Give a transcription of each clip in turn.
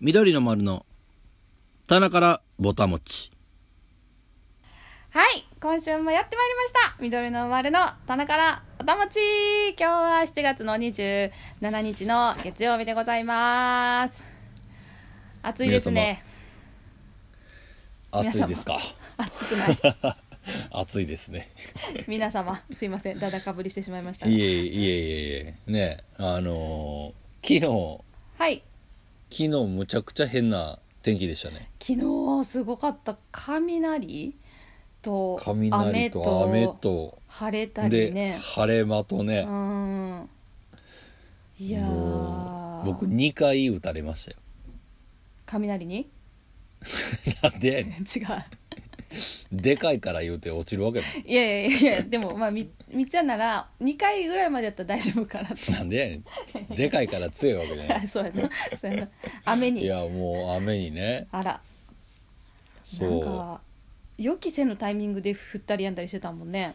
緑の丸の棚からぼたもちはい今週もやってまいりました緑の丸の棚からおたもち今日は7月の27日の月曜日でございます暑いですね皆暑様いですか暑くない 暑いですね皆様すいませんだだかぶりしてしまいましたいえいえいえいえねえあのー昨はい日昨日むちゃくちゃ変な天気でしたね昨日すごかった雷と雷と雨と晴れたりでね晴れ間とうねんいやもーう僕2回打たれましたよ雷に なんでやねん 違うでかいから言うて落ちるわけないいやいやいやでもまあみみっちゃんなら2回ぐらいまでやったら大丈夫かなとなんでやねんでかいから強いわけじゃ ないそうやなそうやな雨いにやもう雨にねあらなそんうか予期せぬタイミングで降ったりやんだりしてたもんね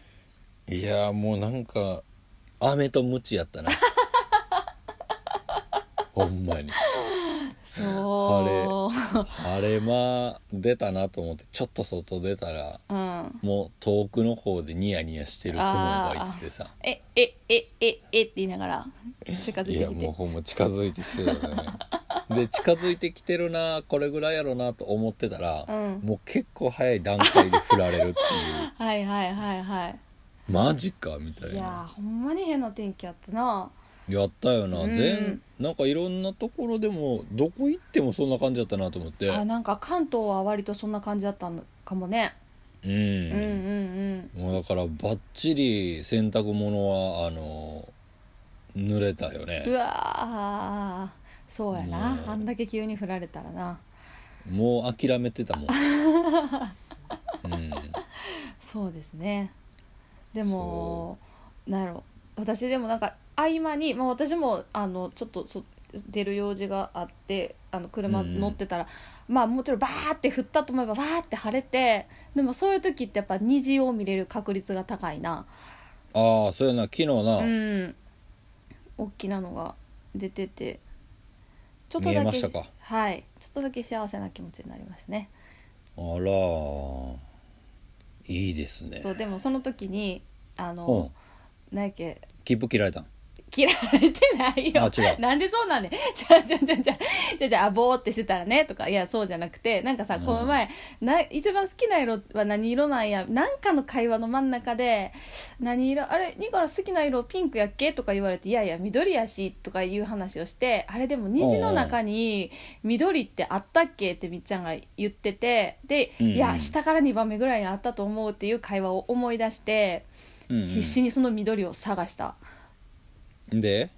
いやもうなんか飴とムチや ったなほんまにそう晴れ間出たなと思ってちょっと外出たらうんもう遠くの方でニヤニヤしてる雲がいててさえええええって言いながら近づいいてやきもうてほんま近づいてきてるよねで近づいてきてるなこれぐらいやろなと思ってたら、うんもう結構早い段階で振られるっていうはいはいはいはマジかみたいいいなやーほんまに変な天気やったなやったよな、うん全なんかいろんなところでもどこ行ってもそんな感じだったなと思ってあなんか関東は割とそんな感じだったのかもねうん、うんうんうんもうだからばっちり洗濯物はあの濡れたようねわーそうやなねえあんだけ急に振られたらなもう諦めてたもん、うん、そうですねでもなんやろ私でもなんか合間に、まあ、私もあのちょっとそ出る用事があってあの車うんうん乗ってたら、まあもちろんバーって降ったと思えばバーって晴れてでもそういう時ってやっぱ虹を見れる確率が高いなああそうやな昨日な、うん大きなのが出ててちょっと見えだまけしたかはいちょっとだけ幸せな気持ちになりますねあらーいいですねそうでもその時にあうのん何やっけ切符切られたん切られてないよあ違う なんでそうなんねんじゃあじゃあじゃあじゃあじゃあじゃああぼーってしてたらねとかいやそうじゃなくてなんかさ、うんこの前な一番好きな色は何色なんやなんかの会話の真ん中で「何色あれニコラ好きな色ピンクやっけ?」とか言われて「いやいや緑やし」とかいう話をして「あれでも虹の中に緑ってあったっけ?」ってみっちゃんが言っててで「うんうんいや下から2番目ぐらいにあったと思う」っていう会話を思い出して、うんうん必死にその緑を探した。で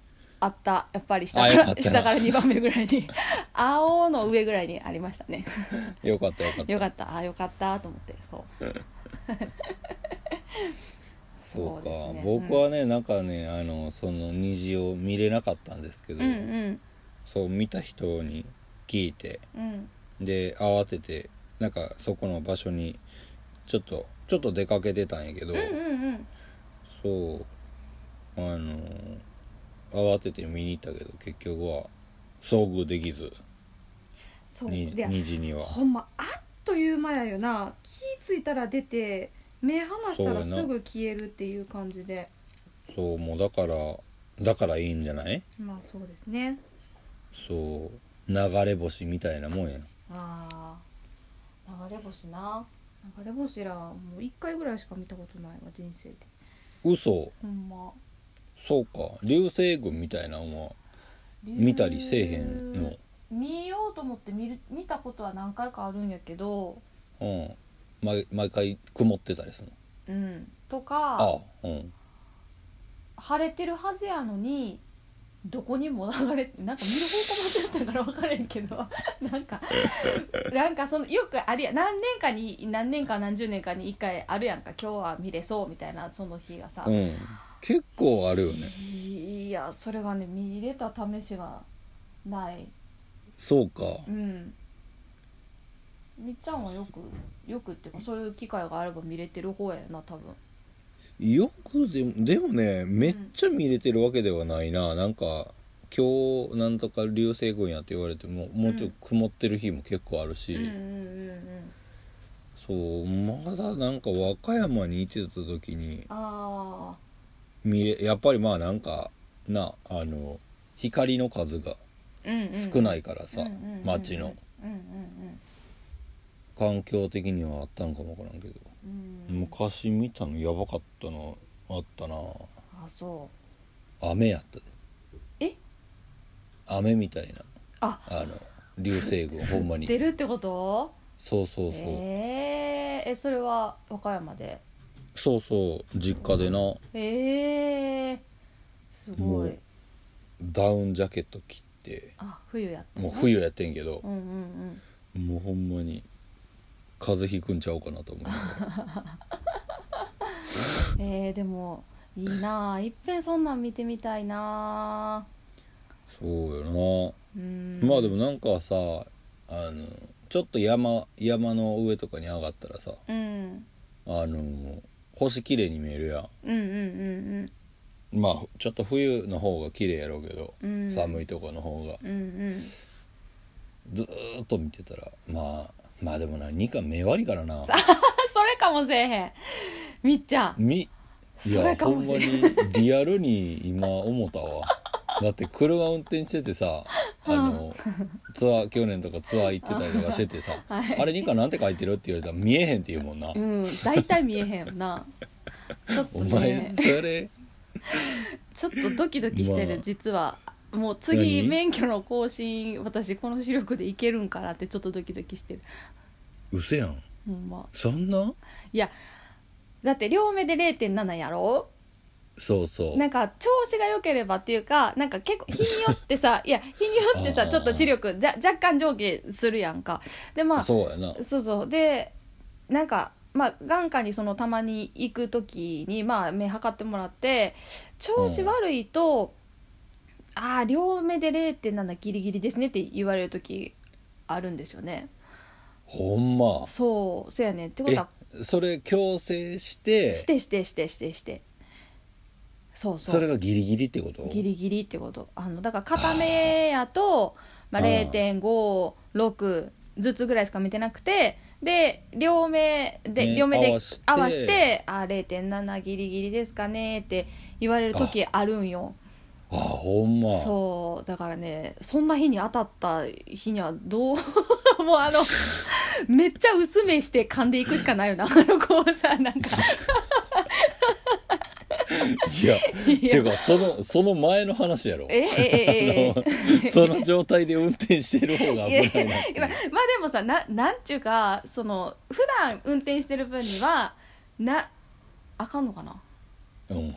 あったやっぱり下あかよかっらた下から2番目ぐらいに 青の上ぐらいにありましたねよかったよかったよかったあよかったと思ってそうそうそかうですね僕はね、なんかねあのその虹を見れなかったんですけど、うんうんそう見た人に聞いてうんで慌ててなんかそこの場所にちょっとちょっと出かけてたんやけど、うんうんうんそうあの慌てて見に行ったけど結局は遭遇できずそうにで虹にはほんまあっという間やよな気ぃついたら出て目離したらすぐ消えるっていう感じでそうもうだからだからいいんじゃないまあそうですねそう流れ星みたいなもんやあー流れ星な流れ星らもう1回ぐらいしか見たことないわ人生で嘘ほんまそうか流星群みたいなのは見たりせえへんの見ようと思って見る見たことは何回かあるんやけどうん毎毎回曇ってたりするのうんとあかあうん晴れてるはずやのにどこにも流れなんか見る方向間違ったから分からへんけど な んかなんかそのよくあるや何年かに何年か何十年かに一回あるやんか今日は見れそうみたいなその日がさ、うん結構あるよねいやそれがね見れた試しがないそうかうんみっちゃんはよくよくっていうかそういう機会があれば見れてる方やな多分よくでもでもねめっちゃ見れてるわけではないな、なんか今日なんとか流星群やって言われてももうちょっと曇ってる日も結構あるし、うんうんうんうんそうまだなんか和歌山に行ってた時にあ見れやっぱりまあなんかなあの光の数があ、うんうん、少ないいからさ、街のうんうん環境的にはあったんかもわからんけど、うんうんうん昔見たのやばかったなあったなあそう雨やったでえ雨みたいなああの流星群ほんまに出るってことそうそうそう、えー、えそれは和歌山でそうそう実家でなえー、すもごいうダウンジャケット着てあ冬やったもう冬やってんけどう、んうんうんもうほんまに風邪ひくんちゃうかなと思うえー、でもいいなあいっぺんそんなん見てみたいなあそうようんなまあでもなんかさあのちょっと山山の上とかに上がったらさうんあの星綺麗に見えるやうんうんうんんまあちょっと冬の方が綺麗やろうけど、うんうん寒いとこの方がうんうん ずーっと見てたらまあまあでもな2巻目悪いからなそれかもせえへんみっちゃんみいそやれかほんもましれんにリアルに今思ったわだって車運転しててさあのツアー去年とかツアー行ってたりとかしててさ「はいあれ2巻なんて書いてる?」って言われたら見えへんって言うも んな、うん大体見えへんよなちょっおと前ねそれちょっとドキドキしてまある実はもう次何免許の更新私この視力でいけるんかなってちょっとドキドキしてるうせやんほんまそんないやだって両目で0.7やろそうそうなんか調子が良ければっていうかなんか結構日によってさいや日によってあさーちょっと視力じゃ若干上下するやんかでまあそそうやなうそうでなんかまあ眼科にそのたまに行く時にまあ目測ってもらって調子悪いと、ああ両目で0.7ギリギリですねって言われる時あるんですよねほんまそうそうやねんってことえはそれ矯正してしてしてしてしてしてそうそうそれがギリギリってことギリギリってことあのだから片目やとまあ、うん0.56ずつぐらいしか見てなくてで両目で、ね両目で合わして合わしてあ0.7ギリギリですかねって言われる時あるんよあほんまそうだからねそんな日に当たった日にはどう もうあのめっちゃ薄めして噛んでいくしかないよなあのこうさなんかいやていうかそのその前の話やろえええ ええあのその状態で運転してる方がいや危ないなっていう まあまあでもさななんちゅうかその普段運転してる分にはなあかんのかなうん、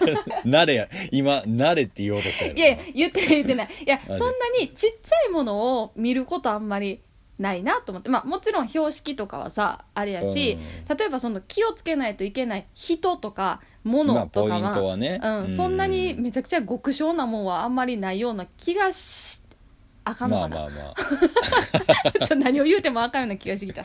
慣れや今慣れって言おうとしたやろいやいや言ってない言ってない いやそあんなにちっちゃいものを見ることあんまりないなと思ってまあもちろん標識とかはさあれやし、例えばその気をつけないといけない人とかまあ物とポイかンは,、トはね、うん、そんなにめちゃくちゃ極小なもんはあんまりないような気がしあかんのまかあな、まあ ま ちょっと何を言うてもあかんような気が してきた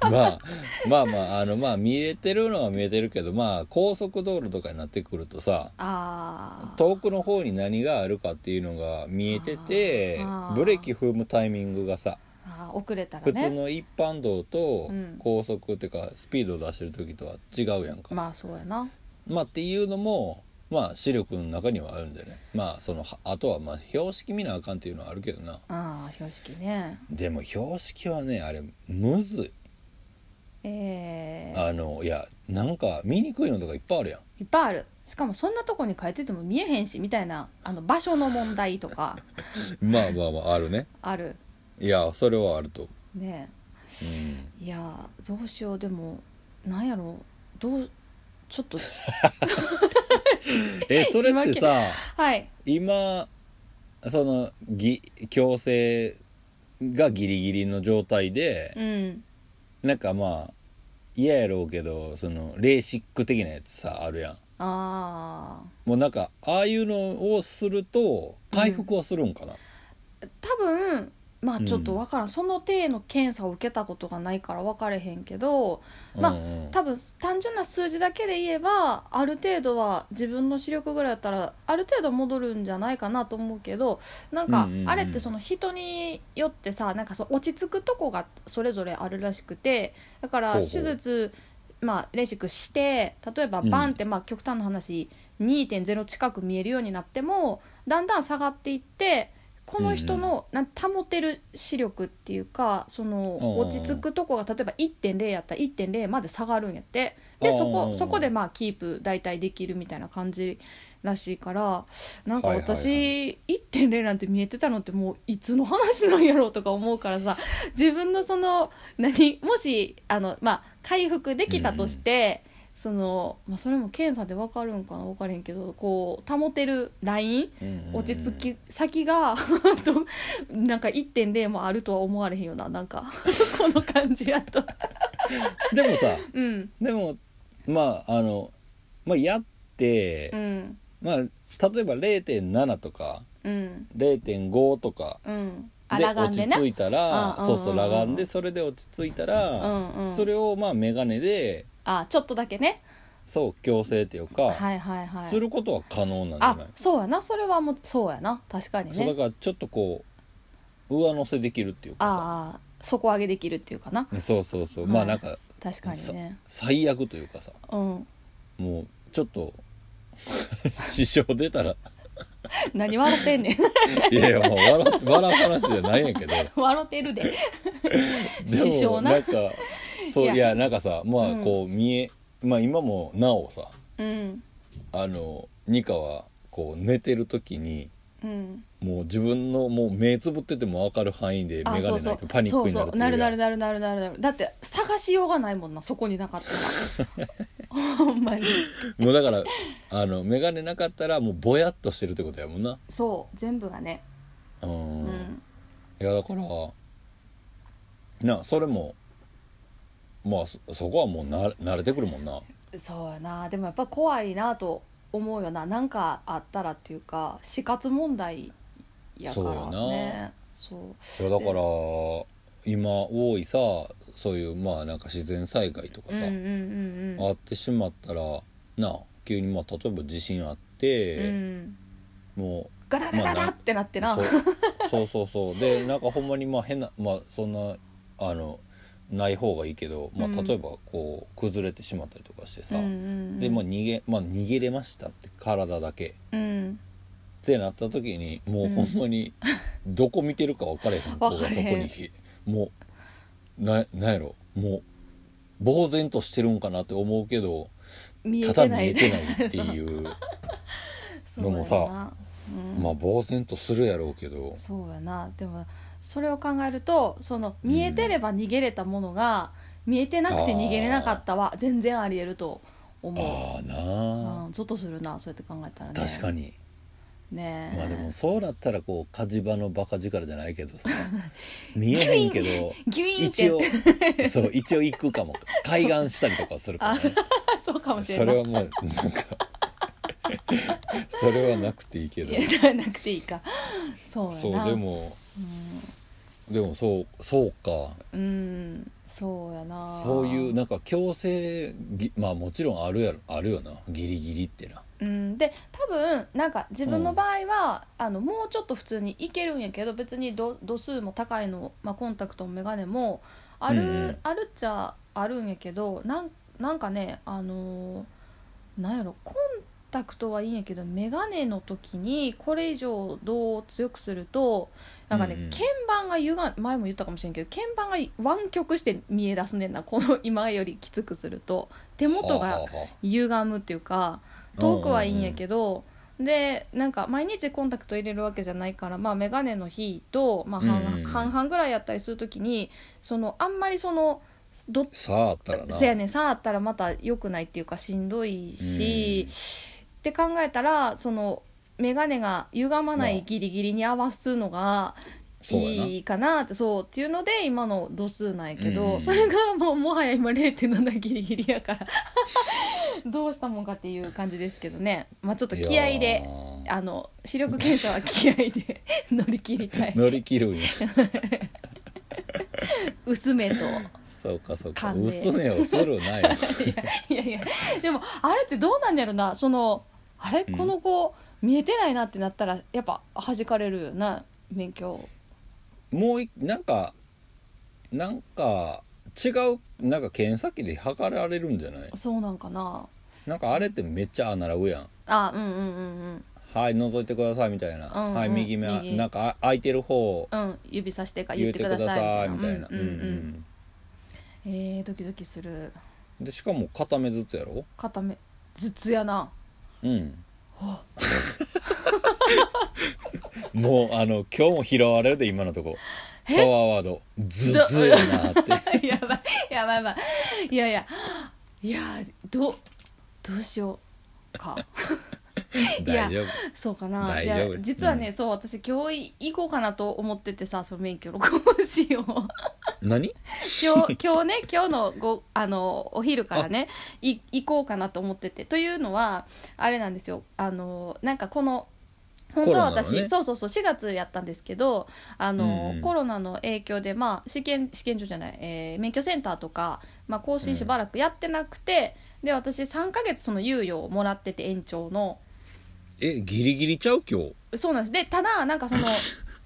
あまあまあまああのまあ見えてるのは見えてるけどまあ高速道路とかになってくるとさあー遠くの方に何があるかっていうのが見えててあーブレーキ踏むタイミングがさあー遅れたら普通ねの一般道とうん高速っていうかスピードを出してる時とは違うやんか、まあそうやなまあっていうのもまあ視力の中にはあるんだよねまあそのはあとはまあ標識見なあかんっていうのはあるけどなああ標識ねでも標識はねあれむずいえー、あのいやなんか見にくいのとかいっぱいあるやんいっぱいあるしかもそんなとこに変えてても見えへんしみたいなあの場所の問題 とかまあまあまああるねあるいやそれはあると、ねうん、えいやーどうしようでもなんやろうどうち ょっとえそれってさはい今そのぎ矯正がギリギリの状態でう、んなんかまあ嫌やろうけどそのレーシック的なやつさあるやんああもうなんかああいうのをすると回復はするんかな、多分まあちょっと分からん、その手の検査を受けたことがないから分かれへんけどまあうんうん多分単純な数字だけで言えばある程度は自分の視力ぐらいだったらある程度戻るんじゃないかなと思うけどなんかうんうんうんあれってその人によってさなんかそう落ち着くとこがそれぞれあるらしくてだからほうほう手術まあレーシックして例えばうんバンって、まあ極端な話2.0近く見えるようになってもだんだん下がっていってこの人の、なん保てる視力っていうかそのうん落ち着くとこが例えば1.0やったら1.0まで下がるんやってでうんそうんうこんそこでまあキープ大体できるみたいな感じらしいからなんかはいはいはい私、1.0なんて見えてたのってもういつの話なんやろうとか思うからさ自分のその何もしあの、まあ、回復できたとして、そのまあ、それも検査で分かるんかな分かれへんけどこう保てるラインうんうん落ち着き先が となんか1.0もあるとは思われへんよななん かこの感じやと。でもさうんでもまああのまあやって、うんまあ例えば0.7とかうん0.5とかうんあでらがん落でちな着いたら、うんうんうそんうんうそう裸眼でそれで落ち着いたら、うんうんそれをまあ眼鏡であちょっとだけねそう矯正っていうか、はいはいはいすることは可能なんじゃなあいそうやなそれはもうそうやな確かにそうだねからちょっとこう上乗せできるっていうかああ底上げできるっていうかなさそうそうそう、はいまあなんか確かにね最悪というかさうんもうちょっと 支障出たら何笑ってんねん いやいやもう笑って笑う話じゃないんやけどで笑ってるで支も障なんかそういいややなんかさまあこう見え、まあ今もなおさうんあのニカはこう寝てる時にうんもう自分のもう目つぶってても分かる範囲であ眼そ鏡うなそいうとパニックになそうるそうなるなるるなるなるなるなるだって探しようがないもんなそこになかった らほんまにもうだからあの眼鏡なかったらもうぼやっとしてるってことやもんなそう全部がねう、うんんいやだからなそれもまあそそこはもうな慣れてくるもんなそうやなでもやっぱ怖いなと思うよななんかあったらっていうか死活問題やかそうやらなねそういやだから今多いさそういうまあなんか自然災害とかうさ、んうんうんうんあってしまったらなあ急にまあ例えば地震あっうて、んもガタガタガまあタなってなっうてな、そうそうそうそうでなんかほんまにまあ変なまあそんなあのない方がいいけど、まあ、うん例えばこう崩れてしまったりとかしてさ、うんうんうんでまあ逃げ、まあ、逃げれましたって体だけ。うんってなった時にもうほんまにどこ見てるか分からへん子がそ こ分かれへんにひもうななんやろもう呆然としてるんかなって思うけど見ただえて見なえいてないって いうそうのやもなさうんまあ呆然とするやろうけどそうやなでもそれを考えるとその見えてれば逃げれたものが、見えてなくて逃げれなかったは全然ありえると思うああなあうんゾッとするなそうやって考えたらね確かにねえまあでもそうなったらこう火事場のバカ力じゃないけ どさ見えへんけどギュイーンって一応そう一応行くかも海岸したりとかするから、ねあ、 そうかもしれそなれいはもうなんかそれはなくていいけいどやじゃなくていいかそうそうやなでもでもそうそうかうん、うんそうやなそういうなんか強制ぎまあもちろんあるやろあるよなギリギリってなうん、で多分なんか自分の場合は、あのもうちょっと普通にいけるんやけど別に度度数も高いの、まあ、コンタクトもメガネもある、うんうんあるっちゃあるんやけどなんなんかねあのーなんやろコンタクトはいいんやけどメガネの時にこれ以上度を強くするとなんかね、うんうん鍵盤が歪ん前も言ったかもしれんけど鍵盤が湾曲して見え出すねんなこの今よりきつくすると手元はあがはあは歪むっていうかあ遠くはいいんやけど、でなんか毎日コンタクト入れるわけじゃないから、まあ、眼鏡の日と、まあ半うんうんうん半々ぐらいやったりするときにそのあんまりそのどっさああったらなせやねんさあったらまた良くないっていうかしんどいし、って考えたらその眼鏡が歪まなまあいギリギリに合わすのがそうやないいかなってそうっていうので今の度数なんやけうんど、うんそれがもうもはや今0.7ギリギ リやからどうしたもんかっていう感じですけどねまあちょっと気合いやでーあの視力検査は気合で 乗り切りたい乗り切るんや薄めとそうかそうか勘で薄めをするなよいやいやでもあれってどうなんやろなそのあれうんこの子、見えてないなってなったらやっぱ弾かれるよな免許 もういなんかなんか違うなんか検査機で測られるんじゃないそうなんかななんかあれってめっちゃアナログやんあうんうんうんはい覗いてくださいみたいな、うんうんはい右目は右なんかあ空いてる方をうんうん指さしてから言っ言っててくくだだささいいみみたたいいななうんうんうんえー、ドキドキするでしかも片目ずつやろ片目頭痛やなうん もうあの今日も拾われるで今のとこパえワーワード「ずずやな」 って やばいやばいやばいいやいやいやどうどうしよう か大丈夫そうかな大いや丈夫実はね、うそう私今日行こうかなと思っててさその免許の更新を何今 日今日ね今日のごあのお昼からねい行こうかなと思っててというのはあれなんですよあのなんかこの本当はコロナの私、ねそうそうそう4月やったんですけどあの、うんうんコロナの影響で、まあ、試験試験所じゃない、えー免許センターとか、まあ、更新しばらくやってなくて、で私3ヶ月その猶予をもらってて延長の。えギリギリちゃう今日そうなんですでただなん かその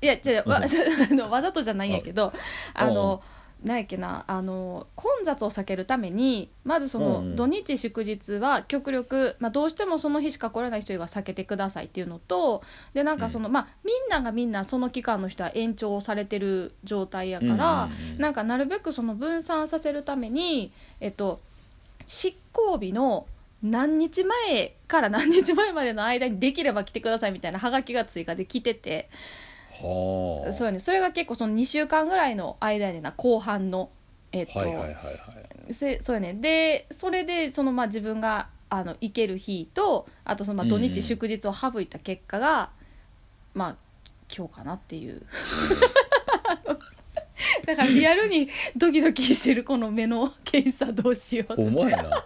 いや違うわ あのわざとじゃないんやけどあのなんやっけなあの混雑を避けるためにまずその、うんうん土日祝日は極力、まあ、どうしてもその日しか来れない人が避けてくださいっていうのとでなんかその、まあみんながみんなその期間の人は延長されてる状態やから、うんうんなんかなるべくその分散させるために、えっと、執行日の何日前から何日前までの間にできれば来てくださいみたいなハガキが追加で来ててはあそうやねそれが結構その2週間ぐらいの間でな後半の、えっとはいはいはいはいせそうやねでそれでそのまあ自分があの行ける日とあとそのまあうんう土ん日祝日を省いた結果が、まあ今日かなって いうだからリアルにドキドキしてるこの目の検査どうしようほんまやな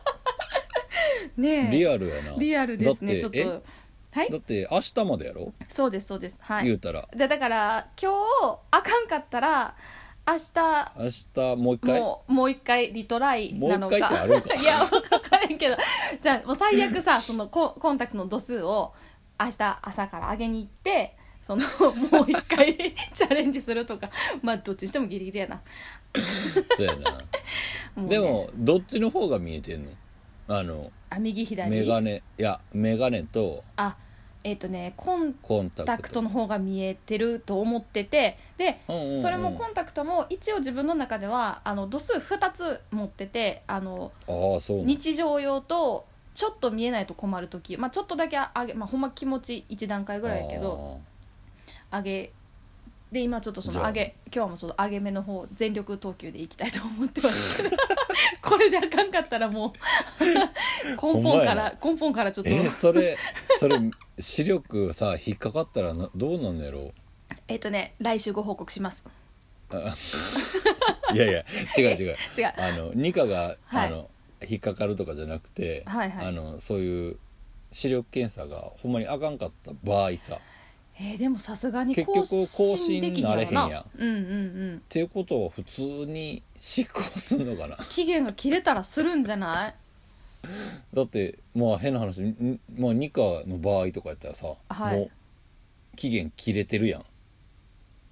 ねえリアルやなリアルですねちだょっってとはいだって明日までやろ、そうですそうですは言いうたらでだから今日あかんかったら明日明日もう一回もうもう一回リトライもうな一の回ってかあるんかいや、わからんけど、じゃあ、もう最悪さ、そのコンコンタクトの度数を。明日朝から上げに行って、そのもう一回 チャレンジするとか、まあ、どっちにしてもギリギリやな。そうや なうねでもどっちの方が見えてんのあのあ、右メ左。ガネいやメガネとあ、えっ、とね、コンコンタクトタクトの方が見えてると思ってて、で。うんうんうんそれもコンタクトも一応自分の中ではあの度数2つ持っててあのああそうなん日常用とちょっと見えないと困る時、まあ、ちょっとだけ上げ、まあ、ほんま気持ち1段階ぐらいやけど上げで今ちょっとそのじゃあ上げ今日はもうちょっと上げ目の方全力投球でいきたいと思ってますけど これであかんかったらもう ほ根んま本やなから根本からちょっあーとえーそれそれ視力さ引っかかったらなどうなんのやろえっとね来週ご報告しますあいやいや違う違う違うあの二課が、はいあの引っかかるとかじゃなくて、はいはいあのそういう視力検査がほんまにあかんかった場合さっえーでもさすがに結局更新でき更新なれなへんやいんなうんうんうんていうことは普通に執行すんのかな 期限が切れたらするんじゃないだってまあ変な話んまあ、二課の場合とかやったらさ、はいもう期限切れてるやん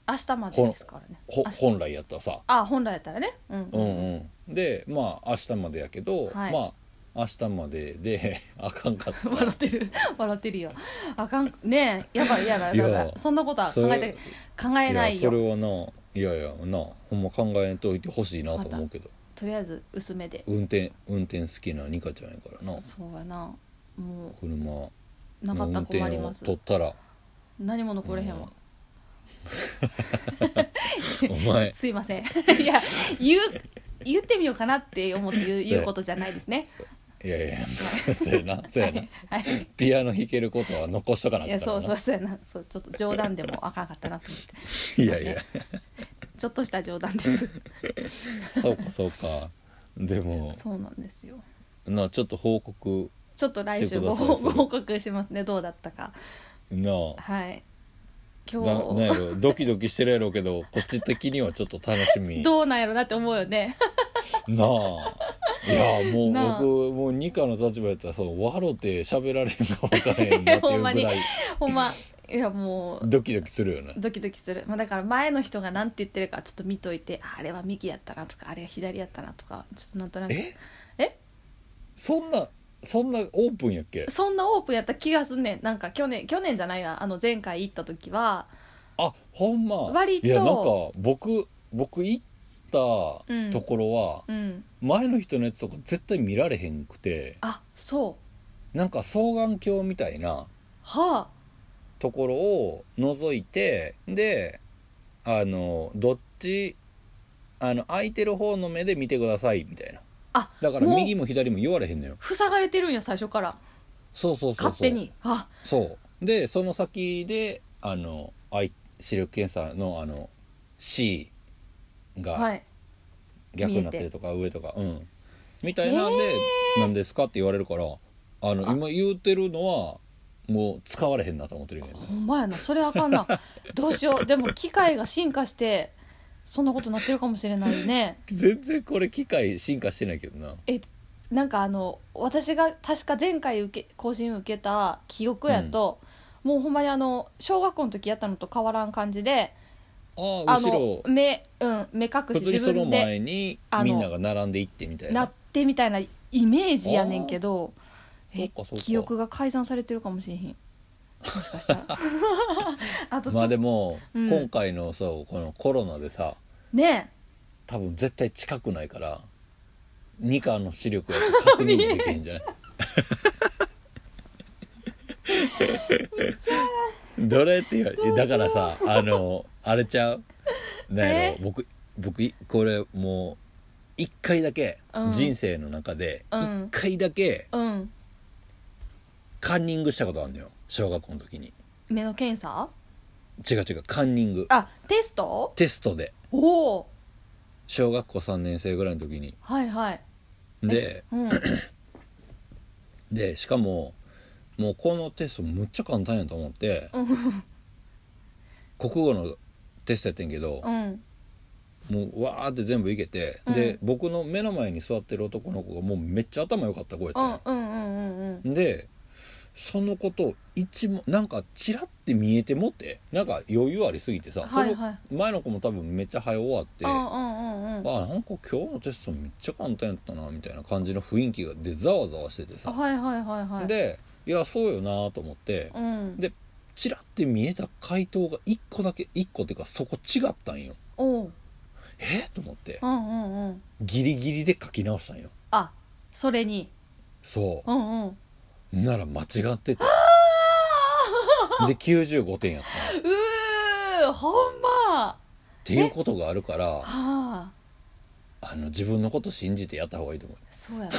明日までですからねほ明日本来やったらさあ本来やったらねうんうんうんでまあ明日までやけど、はいまあ明日までで あかんか った笑ってる笑ってるよあかんねえやばいやばいやばいやばいいやそんなことはそれ考えて考えないいやそよれはないやいやなほんま考えといてほしいなと思うけどとりあえず薄めで運転運転好きなニカちゃんやからなそうやなも車うなのかった運ら転困りまをす取った ら何も残れへんわ、お前すいません いや言う言ってみようかなって思って言うそうや言うことじゃないですねいやいやそうやなそうやなはいピアノ弾けることは残しとかなあいかんやからそなうそうそうやなそうちょっと冗談でもあかんかったなと思っていやいやちょっとした冗談ですそうかそうかでもそうなんですよなちょっと報告ちょっと来週してくごださいご報告しますねどうだったかなあはい今ななん日やろドキドキしてるやろうけどこっち的にはちょっと楽しみどうなんやろなって思うよね なあいやもうなあ僕もう二課の立場やったらそう笑って喋られるか分からへんなってい ほんまうにぐらいほんまいやもうドキドキするよねドキドキする、まあ、だから前の人が何て言ってるかちょっと見といてああれは右やったなとかあれは左やったなとかちょっとなんとなくええそんなそんなオープンやっけそんなオープンやった気がすんねんなんか去年去年じゃないわあの前回行った時はあほんま割といやなんか僕僕行ったうんところは、うん前の人のやつとか絶対見られへんくてあそうなんか双眼鏡みたいなはところを覗いてであのどっちあの空いてる方の目で見てくださいみたいなああだからもう右も左も言われへんのよ塞がれてるんや最初からそうそうそうそう勝手にあそうでその先であのあい視力検査のあの C はがい逆になってるとか上とかうんみたいなんで「なんですか?」って言われるからあのあ今言うてるのはもう使われへんなと思ってるけどほんまやなそれあかんなどうしようでも機械が進化してそんなことなってるかもしれないね全然これ機械進化してないけどななんかあの私が確か前回受け更新受けた記憶やと、もうほんまにあの小学校の時やったのと変わらん感じであああ後のろ目うん目隠普し通に自その分で前にあのみんなが並んでいってみたいななってみたいなイメージやねんけどそうえかそうか記憶が改ざんされてるかもしれへんもしか したらあとちまょあっとでもうん今回のそうこのコロナでさね多分絶対近くないから二課の視力やと確認もできへんじゃないどれって言われてだからさあのあれちゃうなんやろえ僕僕これもう一回だけ、うん人生の中でうん一回だけうんカンニングしたことあるのよ小学校の時に目の検査違う違うカンニングあテストテストでおお小学校3年生ぐらいの時にはいはいでえうんでしかももうこのテストむっちゃ簡単やと思ってうん国語のテストやってんけどうんもうわーって全部いけて、うんで僕の目の前に座ってる男の子がもうめっちゃ頭良かった子やっうたんんうんうんうんうんでそのことを一もなんかちらって見えてもってなんか余裕ありすぎてさ、はいはいその前の子も多分めっちゃ早終わって、うんうんうんうんあなんか今日のテストめっちゃ簡単やったなみたいな感じの雰囲気がでざわざわしててあさ、はいはいはいはいでいやそうよなと思ってうんでちらって見えた回答が1個だけ1個っていうかそこ違ったんよおうえっと思ってうんうんうんギリギリで書き直したんよあそれにそうんうんうなら間違っててで95点やったのっうーほんまていうことがあるからはああの自分のこと信じてやった方がいいと思うそ うやな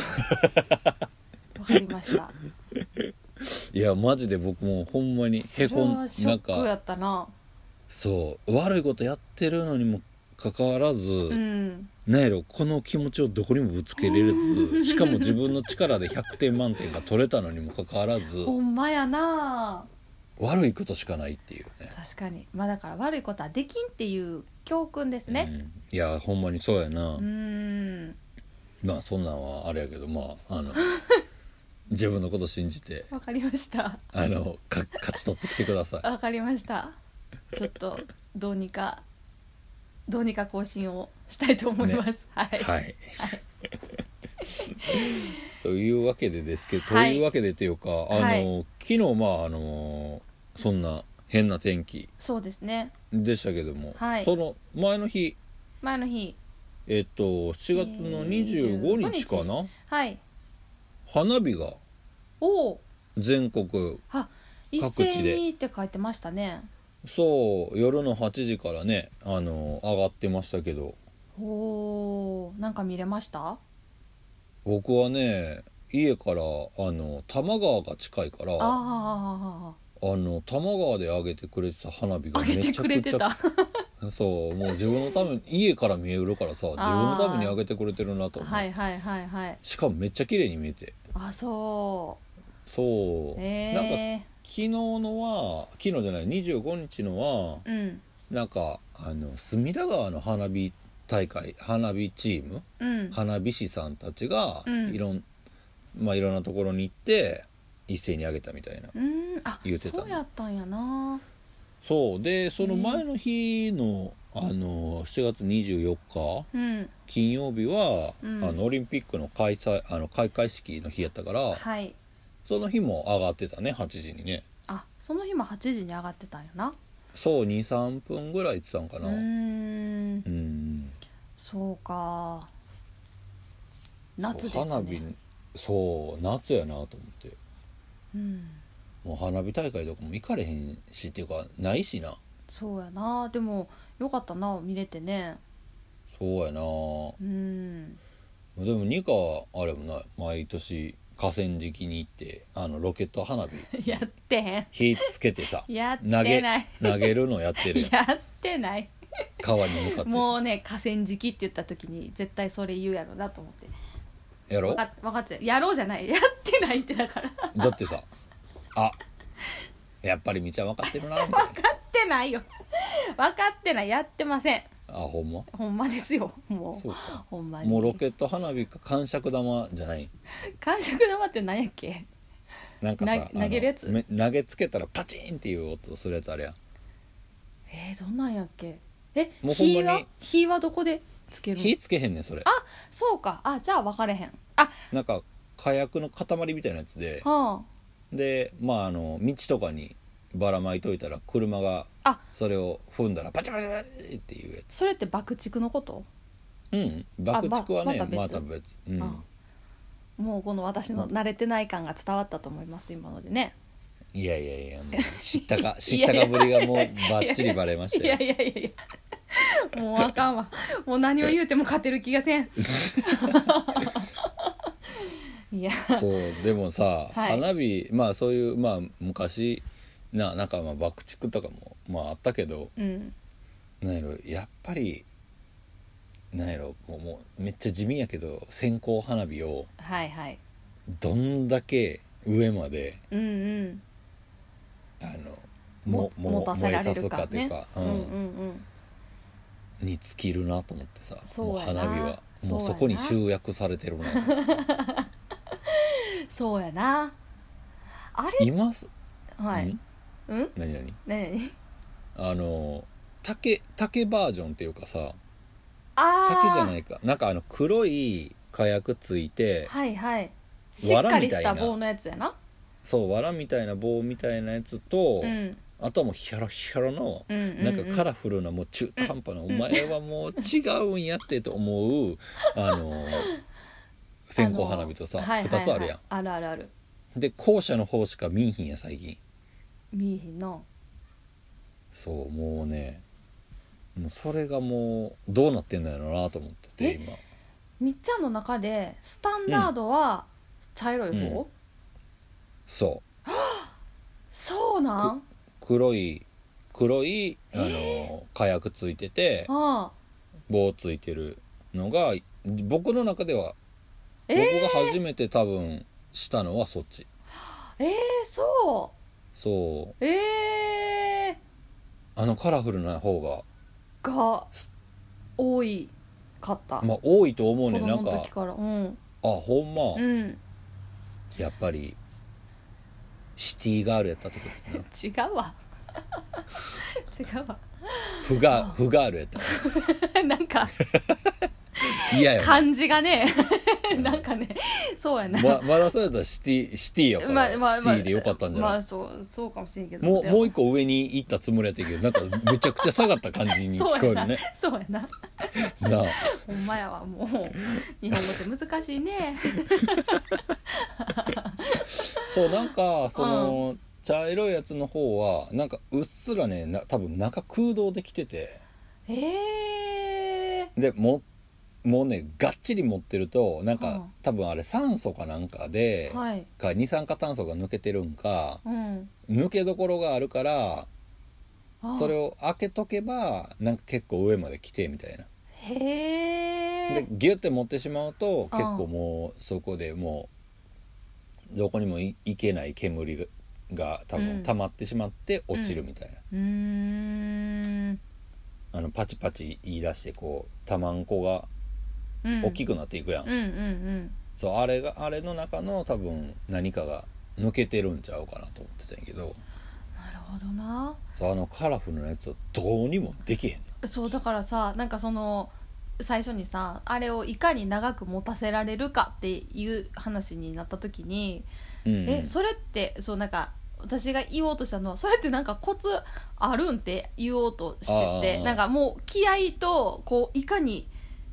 わかりましたいやマジで僕もうほんまにへそれこんはシなんョックやかったなそう悪いことやってるのにもかかわらず、うんなんやろこの気持ちをどこにもぶつけれずしかも自分の力で100点満点が取れたのにもかかわらずほんまやな悪いことしかないっていうね確かにまあだから悪いことはできんっていう教訓ですねうんいやほんまにそうやな、うーんまあそんなんはあれやけどまあ あの自分のこと信じてわかりましたあのか勝ち取ってきてくださいわかりましたちょっとどうにかどうにか更新をしたいと思います、はい、はい。というわけでですけど、はいというわけでというかあの、はい昨日まああのそんな変な天気そうですねでしたけども、はいその前の日前の日えっと4月の25日かな、はい花火がおお全国一各地で斉にって書いてましたねそう夜の8時からねあの上がってましたけどおーなんか見れました僕はね家からあの多摩川が近いからああの多摩川で上げてくれてた花火あがあめげちてゃくれくてちゃたそうもう自分のために家から見えるからさ自分のために上げてくれてるなと思う、はいはいはいはいしかもめっちゃ綺麗に見えてあそそうう、ええ昨日のは昨日じゃない25日のはうんなんかあの隅田川の花火大会花火チームうん花火師さんたちがうんいろん、まあいろんなところに行って一斉にあげたみたいなうんあ言うてたのそうやったんやなそうでその前の日のあの7月24日うん金曜日は、うんあのオリンピックの開催あの開会式の日やったからはいその日も上がってたね8時にねあその日も8時に上がってたんやなそう23分ぐらい行ってたんかうなーんうんそうか夏ですね花火そう夏やなと思ってうんもう花火大会とかも行かれへんしっていうかないしなそうやなでもよかったな見れてねそうやなうんでもニカはあれもな毎年河川敷に行ってあのロケット花火 やってへん火つけて さやって投げない投げるのやってるやんやってない川に向かってもうさね河川敷って言った時に絶対それ言うやろなと思ってやろ分か分かってたやろうじゃないやってないってだからやだってさあやっぱり道は分かってるなみたいなってないよ分かってないやってませんあほんまほんまですよもうそうかほんまにもうロケット花火か感触玉じゃない感触玉って何やっけなんかさなあの投げるやつめ投げつけたらパチンっていう音するやつあれやんえー、どんなんやっけえもうほんまに火は火はどこでつけるの火つけへんねんそれそうかあじゃあ分かれへんあなんか火薬の塊みたいなやつではでまああの道とかにばらまいといたら車があそれを踏んだらパチパチパチっていうやつそれって爆竹のことうん爆竹はねあばままたた別別うんあもうこの私の慣れてない感が伝わったと思います今のでねいやいやいやもう知った か知ったかぶりがもうバッチリバレましいたよやいやいやいやもうあかんわもう何を言うても勝てる気が せんいやそうでもさ、はい花火まあそういうまあ昔ななんかまあ爆竹とかもまああったけどうんなんやろやっぱりなんやろもうもうめっちゃ地味やけど線香花火をはいはいどんだけ上までうんうんあのももも持たせ燃らえされるすかかといねうか、うんううんんうんに尽きるなと思ってさそうもうやな花火はもうそうやなそこに集約されてるなと 思ってそうやなあれ今すはいんうん何何ねえあの竹竹バージョンっていうかさあー竹じゃないかなんかあの黒い火薬ついてはいはいしっ藁かりみたしいたな棒のやつやなそう藁みたいな棒みたいなやつと、うんあとはもうヒャロヒャロのうんうんなんうんかカラフルなもう中途半端な、お 前はもう違うんやってと思うあ の線香花火とさ、あ二のはいはいはい2つあるやん、あるあるあるで校舎の方しか見んひんや最近見えへんなそうもうねもうそれがもうどうなってんのやろなと思っててえ今みっちゃんの中でスタンダードは茶色いう方、んそうそうなん黒い黒いあの、え火薬ついててああ棒ついてるのが僕の中では、えー、僕が初めて多分したのはそっちえー、そそううえあのカラフルな方がー、が多いかった、まあ多いと思う子ねん供なんのか時からうんあほんま、うんやっぱりシティガールやった時だな違うわ 違うわ フガフガールやったなんか嫌やわ感じがねうん なんかねそうやな、ままだそうやったらシティシティやから、まあまあシテまあィでよかったんじゃない、まあそうそうかもしれんけどもうでもう一個上に行ったつもりやったけどなんかめちゃくちゃ下がった感じに聞こえそうやるなねそうやな なあほんまやわもう日本語って難しいねそうなんかその、茶色いやつの方はなんかうっすらねな多分中空洞できててえー、でももうねがっちり持ってるとなんか、うん多分あれ酸素かなんかで、はいか二酸化炭素が抜けてるんかうん抜けどころがあるからあそれを開けとけばなんか結構上まで来てみたいな。へでえギュって持ってしまうとうん結構もうそこでもうどこにもい行けない煙が多う分ん溜まってしまって落ちるみたいな、うーんあのパチパチ言い出してこうたまんこがうん大きくなっていくやん、うんうんうんそうあれがあれの中の多分何かが抜けてるんちゃうかなと思ってたんやけどなるほどなそうあのカラフルなやつはどうにもできへんそうだからさなんかその最初にさあれをいかに長く持たせられるかっていう話になった時に、の、うんうんえそれってそうなんか私が言おうとしたのはそれってなんかコツあるんって言おうとしててあーなんかもう気合とこういかに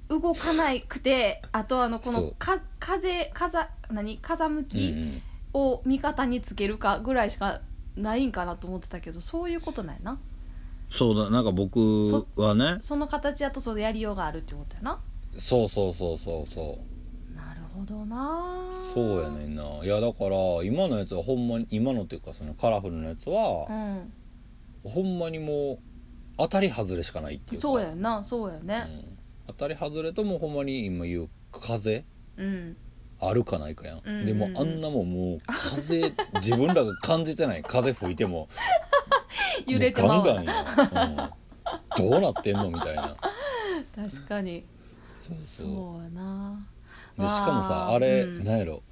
動かないくて あとあのそこのうか風風何風向うんきを味方につけるかぐらいしかないんかなと思ってたけどそういうことなんやなそうだなんか僕はねその形やとそのやりようがあるってことやなそうそうそうそうそうなるほどなそうやねんないやだから今のやつはほんまに今のっていうかそのカラフルなやつうは、んほんまにもう当たり外れしかないっていうかそうやんなそうやうねん当たり外れともうほんまに今言う風うんあるかないかやん、うんうんうんでもあんなもんもう風自分らが感じてない風吹いても揺れてもまううガンガンや、うん、どうなってんのみたいな確かにそうそうそうやなでしかもさわーあれ、うんなんやろ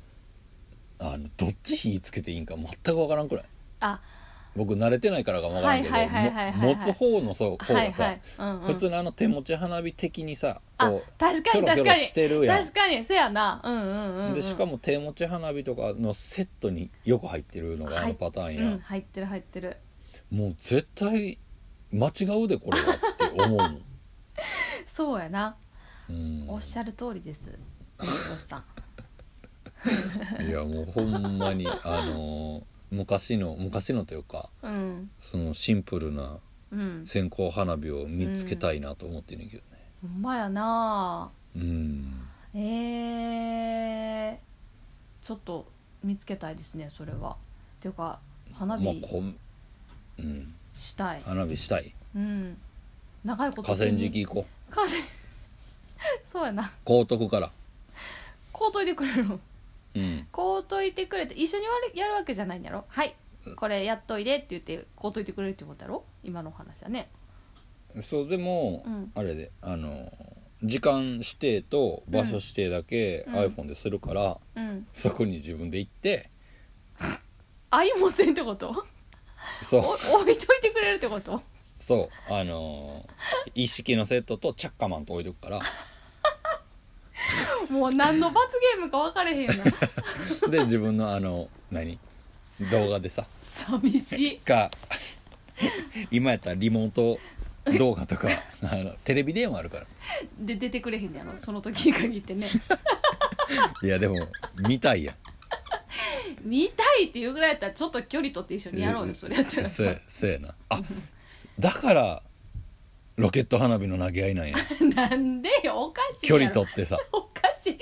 あのどっち火つけていいんか全く分からんくらいあ僕慣れてないからかも分からんけどはいはいはいはいはもい持つ方のそう方はいがさ、はい、うんうん、普通のあの手持ち花火的にさあこ確うかキョにロキ確ョロかにしてるやん確かにそうやなうんうんうん、うん、でしかも手持ち花火とかのセットによく入ってるのがあはのいパターンや、うん入ってる入ってるもう絶対間違うでこれはって思う もん、そうやなうん、おっしゃる通りです 美容師さんいやもうほんまにあのー昔の昔のというかうんそのシンプルなうん線香花火を見つけたいなと思ってるんけどねほんまやなうん、えー、ちょっと見つけたいですねそれはっていうか花まあ火こんうんしたい、花火したいうん長いこと河川敷行こう河川 そうやな高徳からこうといてくれるのうんこうといてくれて一緒に割るやるわけじゃないんやろはいこれやっといでって言ってこうといてくれるってことやろ今のお話はねそうでも、うんあれであの時間指定と場所指定だけうん iPhone でするから、うんそこに自分で行って愛もせんって ことそうお置いといてくれるってことそうあのー一式のセットとチャッカマンと置いとく からもう何の罰ゲームか分かれへ んなで自分のあの何動画でさ寂しいか 今やったらリモート動画と かあのテレビ電話あるからで出てくれへんのやろその時に限ってねいやでも見たいやん見たいっていうぐらいやったらちょっと距離取って一緒にやろうよそれやったらせやせやなあだからロケット花火の投げ合いなんや なんでよおかしいや距ろ離取ってさおかしい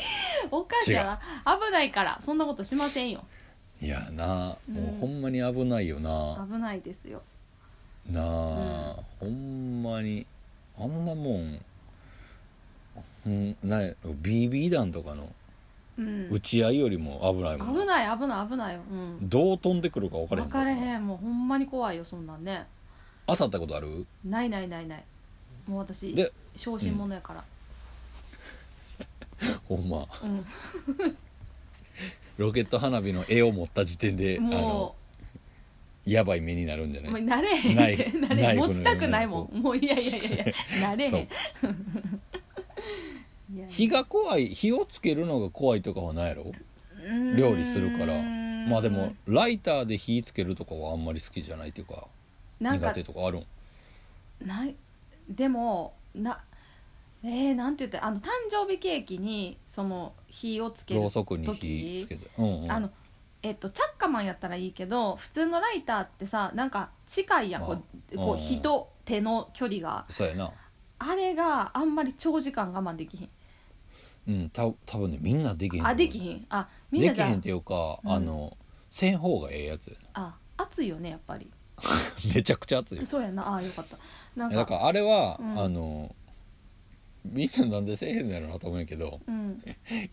おかしいやな危ないからそんなことしませんよいやなうんもうほんまに危ないよな、危ないですよなあ、ほんまにあんなもんうんなんやろ BB 弾とかのうん打ち合いよりも危ないもん、危ない危ない危ないよ、うん、どう飛んでくるか分からへん分かれんへんもうほんまに怖いよそんなんね当たったことあるないないないないもう私で小心者やからほんまうん、ロケット花火の絵を持った時点であのもやばい目になるんじゃうもないう慣れへんってナイフ慣ナイれへんフのような持ちたくないもんもういやいやいやいや 慣れへんそういやいや火が怖い火をつけるのが怖いとかはないやろ料理するからうーんまあでもライターで火つけるとかはあんまり好きじゃないっていうかなん苦か手とかあるんないでもなえー、なんて言ったらあの誕生日ケーキにその火をつけろうるそくに火時つけてうんうんあのえっとチャッカマンやったらいいけど普通のライターってさなんか近いやんあこううこんう火と手の距離がそうやなあれがあんまり長時間我慢できひんうんた多分ねみんなできへんあできんひんあみんでなきじゃへんっていうか、うんあのせん方がええやつ やああ暑いよねやっぱりなめちゃくちゃ熱いよそうやなあよかったなんかだからあれは、うんあのみんななんでせえへんのやろなと思うんやけどうん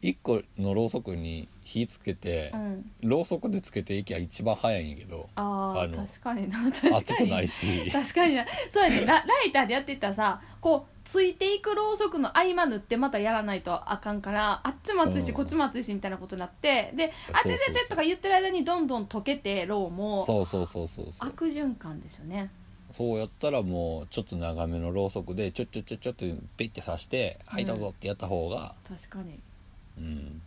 1個のろうそくに火つけてう、んろうそくでつけていきゃ一番早いんやけどああーの確かにな確熱かくにないし確かになそうやねラライターでやっていったらさこうついていくろうそくの合間塗ってまたやらないとあかんからあっちも熱いしうんこっちも熱いしみたいなことになってで「あそうそうそうちゃちゃちゃ」とか言ってる間にどんどん溶けてろうもそうそうそうそうそう悪循環ですよねそうやったらもうちょっと長めのろうそくでちょっちょっちょっちょっとピッて刺して「はいどうぞ」ってやった方が、確かにうん、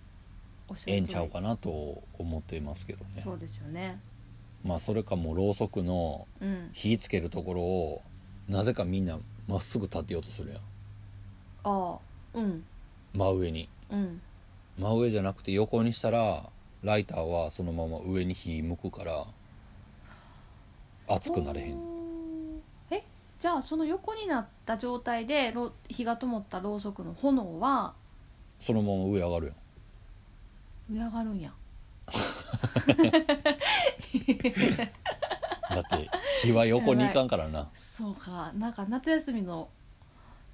おっしゃええるん通りちゃうかなと思っていますけどねそうですよねまあそれかもうろうそくのうん火つけるところをなぜかみんなまっすぐ立てようとするやんああうん真上にうん真上じゃなくて横にしたらライターはそのまま上に火向くから熱くなれへんんえじゃあその横になった状態でろう火が灯ったろうそくの炎はそのまま上上がるやん上がるんやだって火は横に行かんからなそうかなんか夏休みの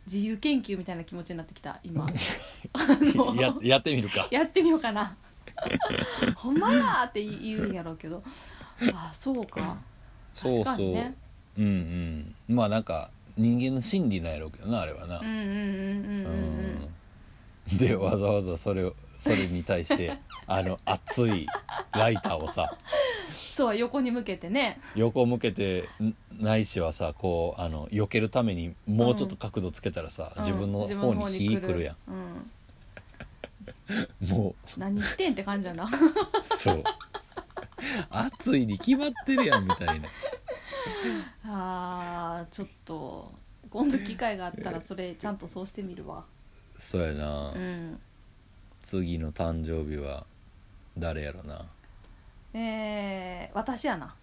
自由研究みたいな気持ちになってきた今あのややってみるかやってみようかなほんまやーって言うんやろうけどあそうかそうそ確かう、にねうんうんまあなんか人間の心理なんやろうけどなあれはなうんうんうんうんうんうんうんでわざわざそれをそれに対して あの熱いライターをさそう横に向けてね横向けてんないしはさこうあの避けるためにもうちょっと角度つけたらさ、うん自分の自分の方に火くるやん、うん、も何してんって感じやなうそう 熱いに決まってるやんみたいなあーちょっと今度機会があったらそれちゃんとそうしてみるわそうやな、うん次の誕生日は誰やろな えー、私やな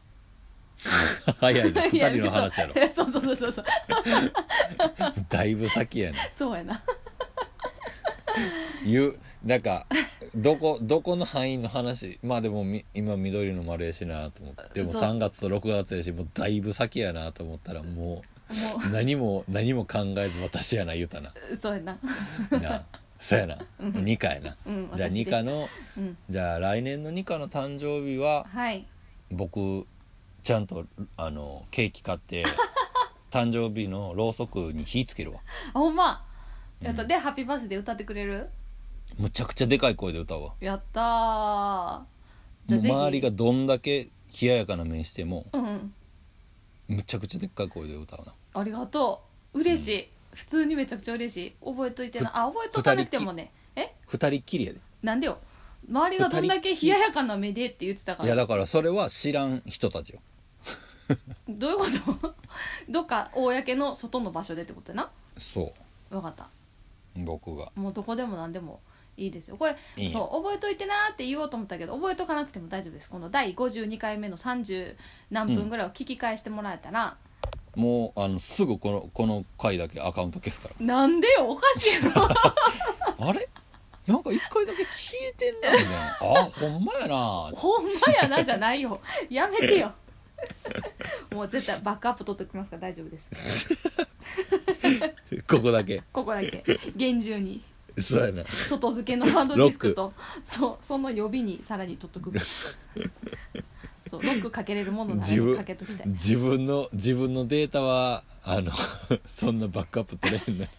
早いな2人のそう話やろそうそうそうそうそうだいぶ先やなそうやな言うなんかどこどこの範囲の話まあでもみ今緑の丸やしなと思ってでもそう3月と6月やしもうだいぶ先やなと思ったらももう何も何も考えず私やな言うたなうそうやななあそうやなうん2課やなうんじゃあ私2です課のうんじゃあ来年の2課の誕生日ははい僕ちゃんとあのケーキ買って 誕生日のろうそくに火つけるわあほんまやった、うんでハッピーバースデー歌ってくれるむちゃくちゃでかい声で歌うわやったーじゃもあうぜひ周りがどんだけ冷ややかな目してもうんうんむちゃくちゃでっかい声で歌うなありがとう嬉しい、普通にめちゃくちゃ嬉しい覚えといてなあ覚えとかなくてもねえ二人っきりやでなんでよ周りがどんだけ冷ややかな目でって言ってたかいやらだからそれは知らん人たちよどういうこと どっか公の外の場所でってことやなそわかったう僕がもうどこでも何でもいいですよこれいいんやそう覚えといてなーって言おうと思ったけど覚えとかなくても大丈夫ですこの第52回目の30何分ぐらいを聞き返してもらえたら、もうあのすぐこのこの回だけアカウント消す から なんでよおかしいやろあれなんか一回だけ聞いてんなみたいなあほんまやなほんまやなじゃないよやめてよもう絶対バックアップ取っておきますから大丈夫ですここだけここだけ厳重にそうやな外付けのハードディスクとそうその予備にさらに取っと くそうロックかけれるものなら自分かけときたい自分の自分のデータはあの そんなバックアップ取れへんね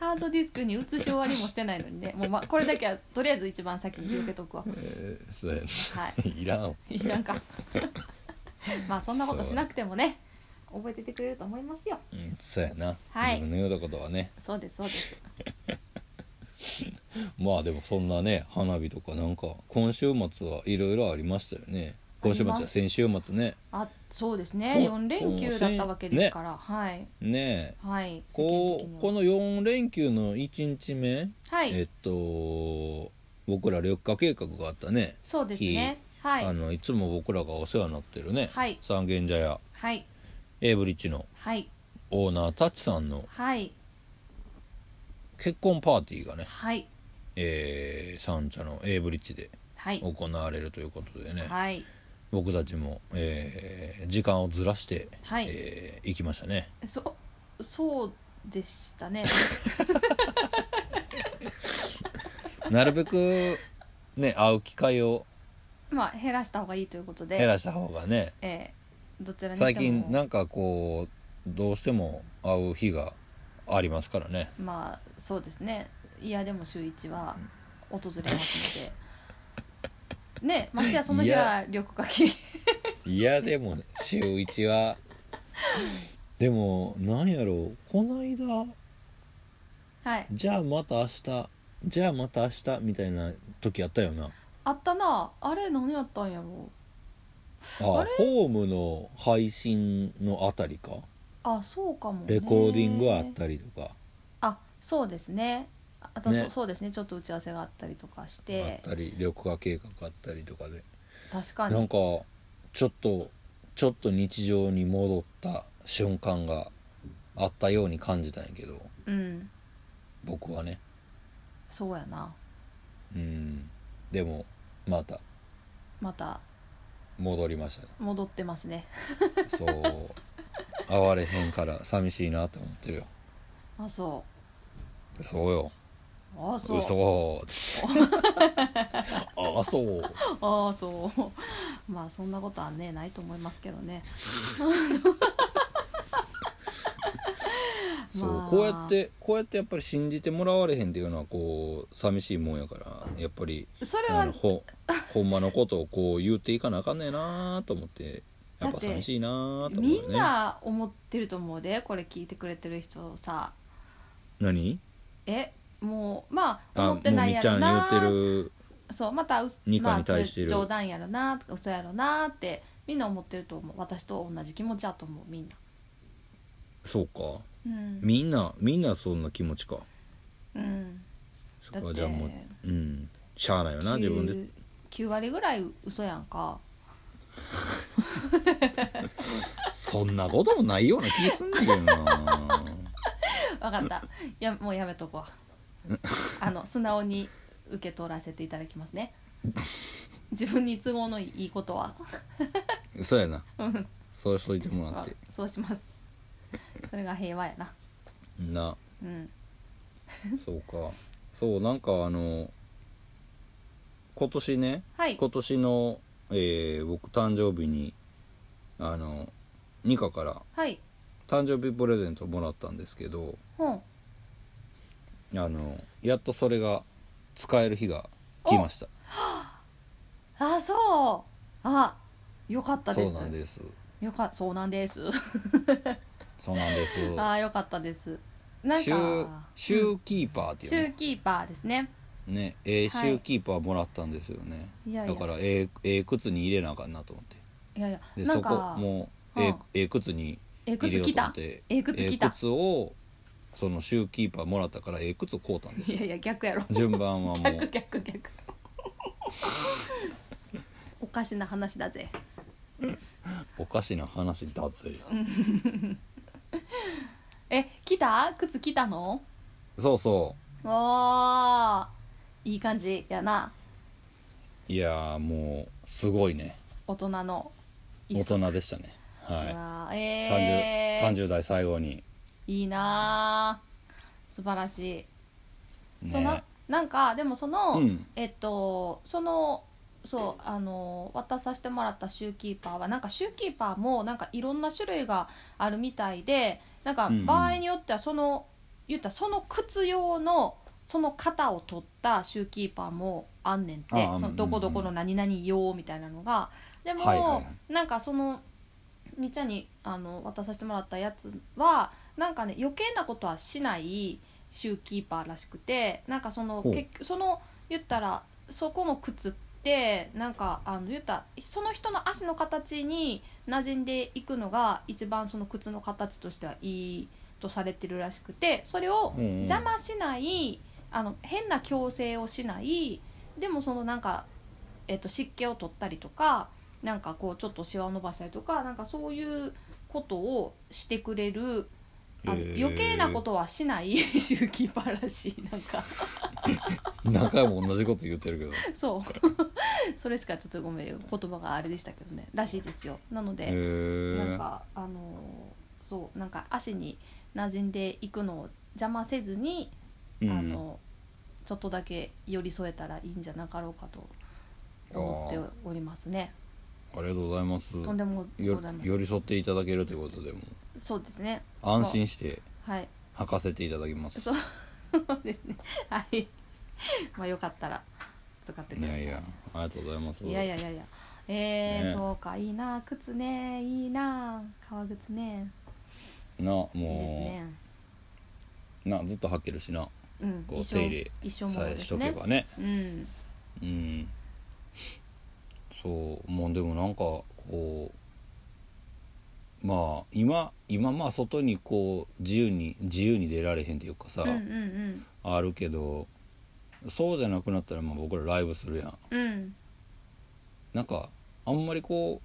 ハードディスクに移し終わりもしてないのに ねもう、ま、これだけはとりあえず一番先に広げとくわえーそうやはいな いらんわいらんか まあそんなことしなくてもね覚えててくれると思いますようんそうやな、はい自分の言うたことはねそうですそうですまあでもそんなね花火とかなんか今週末はいろいろありましたよね今週末ありはます先週末ねあそうですねこう4連休だったわけですから、はいねえはいこうこのの4連休の1日目、はい、えっと僕ら緑化計画があったね、そうですねはいあのいつも僕らがお世話になってるね、はい三軒茶屋はいエイブリッジのはいオーナータッチさんのはい結婚パーティーがね、はいえー、三茶のエイブリッジではい行われるということでね、はい僕たちも、えー時間をずらして、はいえー行きましたねそそうでしたね なるべくね会う機会をまあ減らした方がいいということで減らした方がねえーどちらに最しても近なんかこうどうしても会う日がありますからねまあそうですねいやでも週一は訪れますのでねましてやその日は緑化期いやでも 週1はでもなんやろうこの間 はいじゃあまた明日じゃあまた明日みたいな時あったよなあったなあれ何やったんやろうああれホームの配信のあたりかあそうかもねレコーディングがあったりとかあそうですねあと、ねそそうですねちょっと打ち合わせがあったりとかしあってたり緑化計画あったりとかで確かなんにかちょっとちょっと日常に戻った瞬間があったように感じたんやけどうん僕はねそうやなうんでもまたまた戻りましたね戻ってますね そう会われへんから寂しいなって思ってるよあそそうようあそう嘘 ああそうああそう まあそんなことはねないと思いますけど ねそうまあこうやってこうやってやっぱり信じてもらわれへんっていうのはこう寂しいもんやからやっぱりそれあはのほほんまのことをこう言っていかなあかんねえなあと思ってやっぱ寂しいなあと思うみよねんな思ってると思うでこれ聞いてくれてる人さ何えもうまああ思もうっみてないっやちゃろん言なってるそうまたうニカまあに対してるそれ冗談やろなとか嘘やろなってみんな思ってると思う私と同じ気持ちやと思うみんなそうかうん、みんなみんなそんな気持ちかうん、そだっっかてじゃあもううんしゃあないよな自分で9 9割ぐらい嘘やんかそんなこともないような気すんだけどな わかったやもうやめとこわあの素直に受け取らせていただきますね自分に都合のいいことはそうやなうんそうしといてもらってそうしますそれが平和やななうんそうかそうなんかあの今年ねはい今年の、えー僕誕生日にあのニカからはい誕生日プレゼントもらったんですけどほんあのやっとそれが使える日が来ましたあそうあよかったでそすうなんですよかそうなんですそうなんですあよかったですなんシかューシュうんーキーパーってシいュうーキーパーですねのねえーシはいューキーパーもらったんですよね、いやいやだからええええ靴に入れなあかんなと思っていやいやでなんそこかもううんええええ靴にええ入れ靴よう来と思ったてええ靴来ええた靴をそのシューキーパーもらったからええ靴を買うたんですいやいや逆やろ順番はも逆う逆逆おかしな話だぜおかしな話だぜえ来た靴来たのそうそおーいい感じやなういやーもうすごいね大人の大足人でしたねうはわーい、えー、 30, 30代最後にいいなー素晴らしい、そのねなんかでもその、うんえっとそのそうあの渡させてもらったシューキーパーはなんかシューキーパーもなんかいろんな種類があるみたいでなんかうんうん場合によってはその、言ったらその靴用のその型を取ったシューキーパーもあんねんってあーそうんうんうのんどこどこの何々用みたいなのがでも、はいはいはなんかそのみっちゃんにあの渡させてもらったやつはなんかね余計なことはしないシューキーパーらしくてなんかそのほう結局その言ったらそこの靴ってなんかあの言ったらその人の足の形に馴染んでいくのが一番その靴の形としてはいいとされてるらしくてそれをうんうん邪魔しないあの変な矯正をしないでもそのなんか、えっと湿気を取ったりとかなんかこうちょっとシワを伸ばしたりとかなんかそういうことをしてくれるあのへー余計なことはしない シューキーパーらしいなんか何回も同じこと言ってるけど、そう それしかちょっとごめん言葉があれでしたけどねらしいですよなのえで、なんー、かあのーそうなんか足に馴染んでいくのを邪魔せずに、うんあのちょっとだけ寄り添えたらいいんじゃなかろうかと思っておりますね。ありがとうございますとんでもよございませ寄ん。り添っていただけるということでもそうですね。安心してはい。履かせていただきますそうですね。はい。まあよかったら使ってくいださやい。いやありがとうございますいやいやいやいや。えーねそうかいいな靴ねいいな革靴ねなもういいですね。なずっと履けるしなうん。こう一生手入れ一生もさのえでしすとけね。ばねうん。うんそうもうでもなんかこうまあ今今まあ外にこう自由に自由に出られへんっていうかさ、うんうんあるけどそうじゃなくなったらまあ僕らライブするやんうん。うん。なんかあんまりこう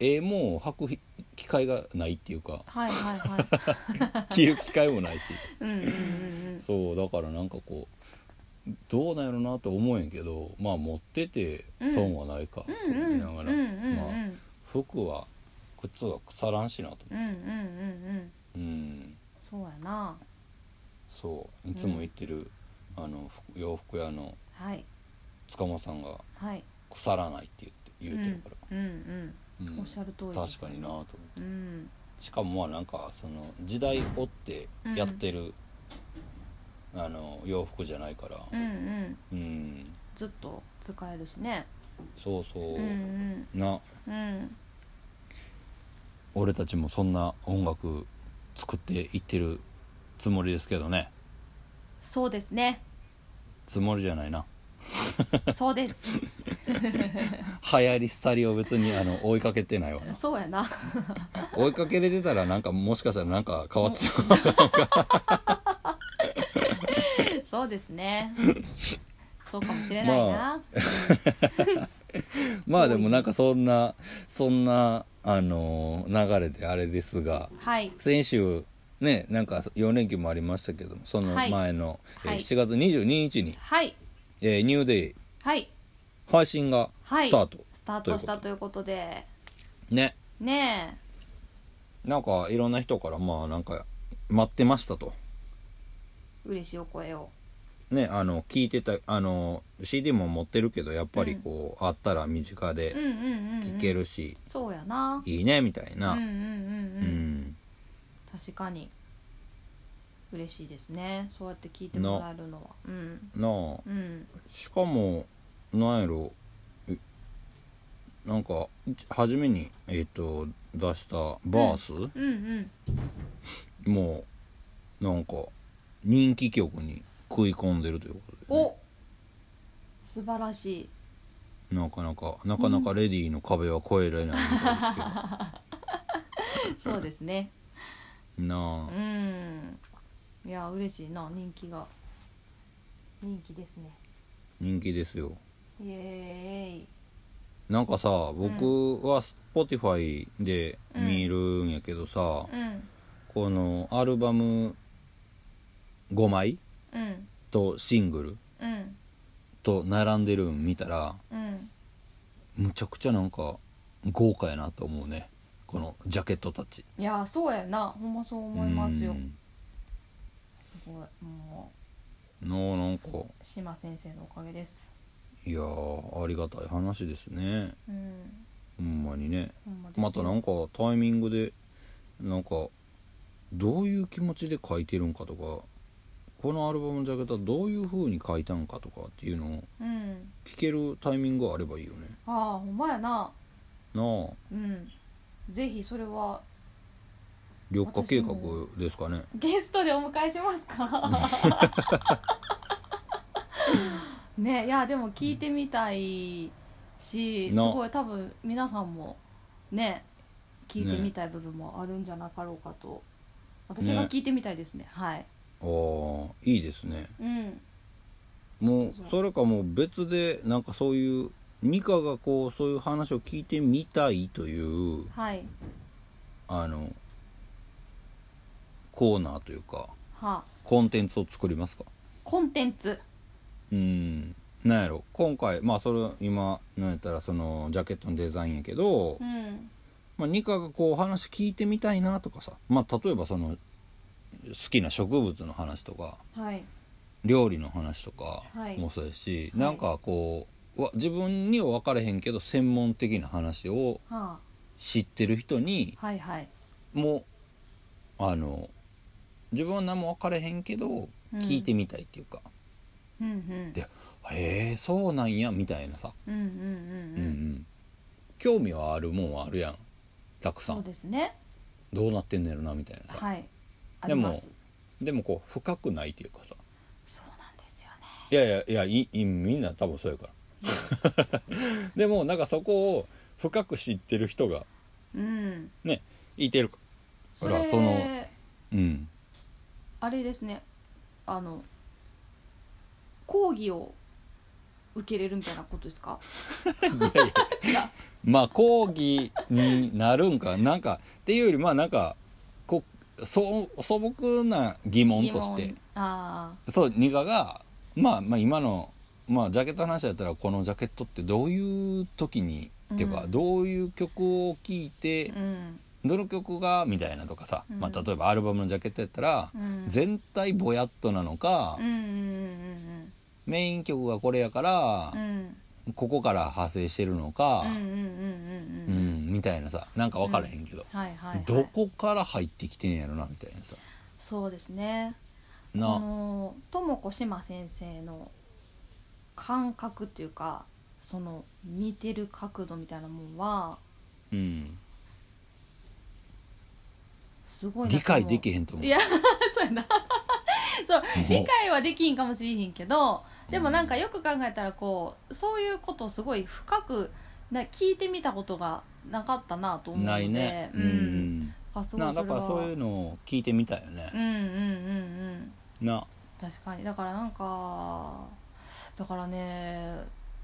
ええもんを履くひ機会がないっていう かはいはいは い。着る機会もないしうんうんうんそうだからなんかこうどうなんやろなと思うんやけどまあ持ってて損はないかとうん。うん思ういんながうんら、うんまあ、服は靴は腐らんしなとうんうんうんうんうんそうやなそういつも行ってる、あの服洋服屋のはい塚本さんがはい腐らないって言って言うてるから、うんうんううんんおっしゃる通りです確かになと思ってうんしかもまあなんかその時代追ってやってる、あの洋服じゃないからうんうんうん、ずっと使えるしねそうそう、うんうんなうん俺たちもそんな音楽作っていってるつもりですけどねそうですねつもりじゃないなそうです 流行り廃りを別にあの追いかけてないわなそうやな追いかけれてたらなんかもしかしたらなんか変わって た そうですねそうかもしれないな、まあでもなんかそんなそんなあの流れであれですがはい先週ねなんか4連休もありましたけどもそのはい前の、えーはい7月22日に、はいえーニューデイはい配信がはいスタート、スタートしたということでねねなんかいろんな人からまあなんか待ってましたとえ嬉しいお声をねあの聞いてたあの CD も持ってるけどやっぱりこう、あったら身近うんでうんうん、うん、聴けるし、そうやないいねみたいな、うんうんううんうん、ん確かに嬉しいですねそうやって聞いてもらえるのはうんなあうんしかもなんやろえなんか一初めに、えっと出した「バース、うんうんもうなんか人気曲に食い込んでるということでね、お素晴らしいなかなかなかなかレディーの壁は越えられないみたいですけど、 そうですねうなあんいや嬉しいな人気が人気ですね人気ですよイエーイなんかさ僕は Spotify で見るんやけどさ、うんこのアルバム5枚うんとシングルうんと並んでるん見たらうんむちゃくちゃなんか豪華やなと思うねこのジャケットたちいやそうやなほんまそう思いますようんすごいものなんかう島先生のおかげですいやーありがたい話ですねうんほんまにねほんまですよまたなんかタイミングでなんかどういう気持ちで書いてるんかとかこのアルバムのジャケットはどういう風に書いたんかとかっていうのをうん聞けるタイミングがあればいいよねああほんまやななあうんぜひそれは緑化計画ですかねゲストでお迎えします かねいやでも聞いてみたいしすなごい多分皆さんもね聞いてみたい部分もあるんじゃなかろうかと、私がね聞いてみたいですねはいあーいいですねうんもうそれかもう別でなんかそういうミカがこうそういう話を聞いてみたいというはいあのコーナーというかはあコンテンツを作りますかコンテンツうんなんやろ今回まあそれ今なんやったらそのジャケットのデザインやけどうんまあ、ニカがこう話聞いてみたいなとかさ、まあ、例えばその好きな植物の話とかはい料理の話とかはいもそうやし、はいなんかこうわ自分には分かれへんけど専門的な話をは知ってる人にあはいはいもあの自分は何も分かれへんけどうん聞いてみたいっていうか、うんうんでへえそうなんやみたいなさ、うんうんうんううんうんん、興味はあるもんはあるやんたくさそうんですねどうなってんのやろなみたいなさ、はいあでりもますでもこう深くないっていうかさそうなんですよねいやいやいやいいみんな多分そうやから でもなんかそこを深く知ってる人がうんいてるかそほれらそのうんあれですねあの講義を受けれるみたいなことですか違う まあ講義になるんかなんかっていうよりまあなんかこう素素朴な疑問として疑問あそうニガが、まあ、まあ今の、まあ、ジャケットの話だったらこのジャケットってどういう時に、っていうかうんどういう曲を聴いてあ、うんどの曲がみたいなとかさ、うんまあ、例えばアルバムのジャケットやったら、うん全体ぼやっとなのか、うんうんうんメイン曲がこれやからうんう、んここから派生してるのかうんう、んうんうんううんんうんみたいなさなんか分からへんけど、はいはい、はい、どこから入ってきてんやろなみたいなさそうですねあな、のともこしま先生の感覚っていうかその見てる角度みたいなもんはうん、すごいなと理解できへへんと思ういや そうやなそう理解はできんかもしれへんけどでもなんかよく考えたらこうそういうことをすごい深くな聞いてみたことがなかったなと思うのなでいね、うんあすごないそだれからはそういうのを聞いてみたいよねうん、うんうんうんな確かにだからなんかだからね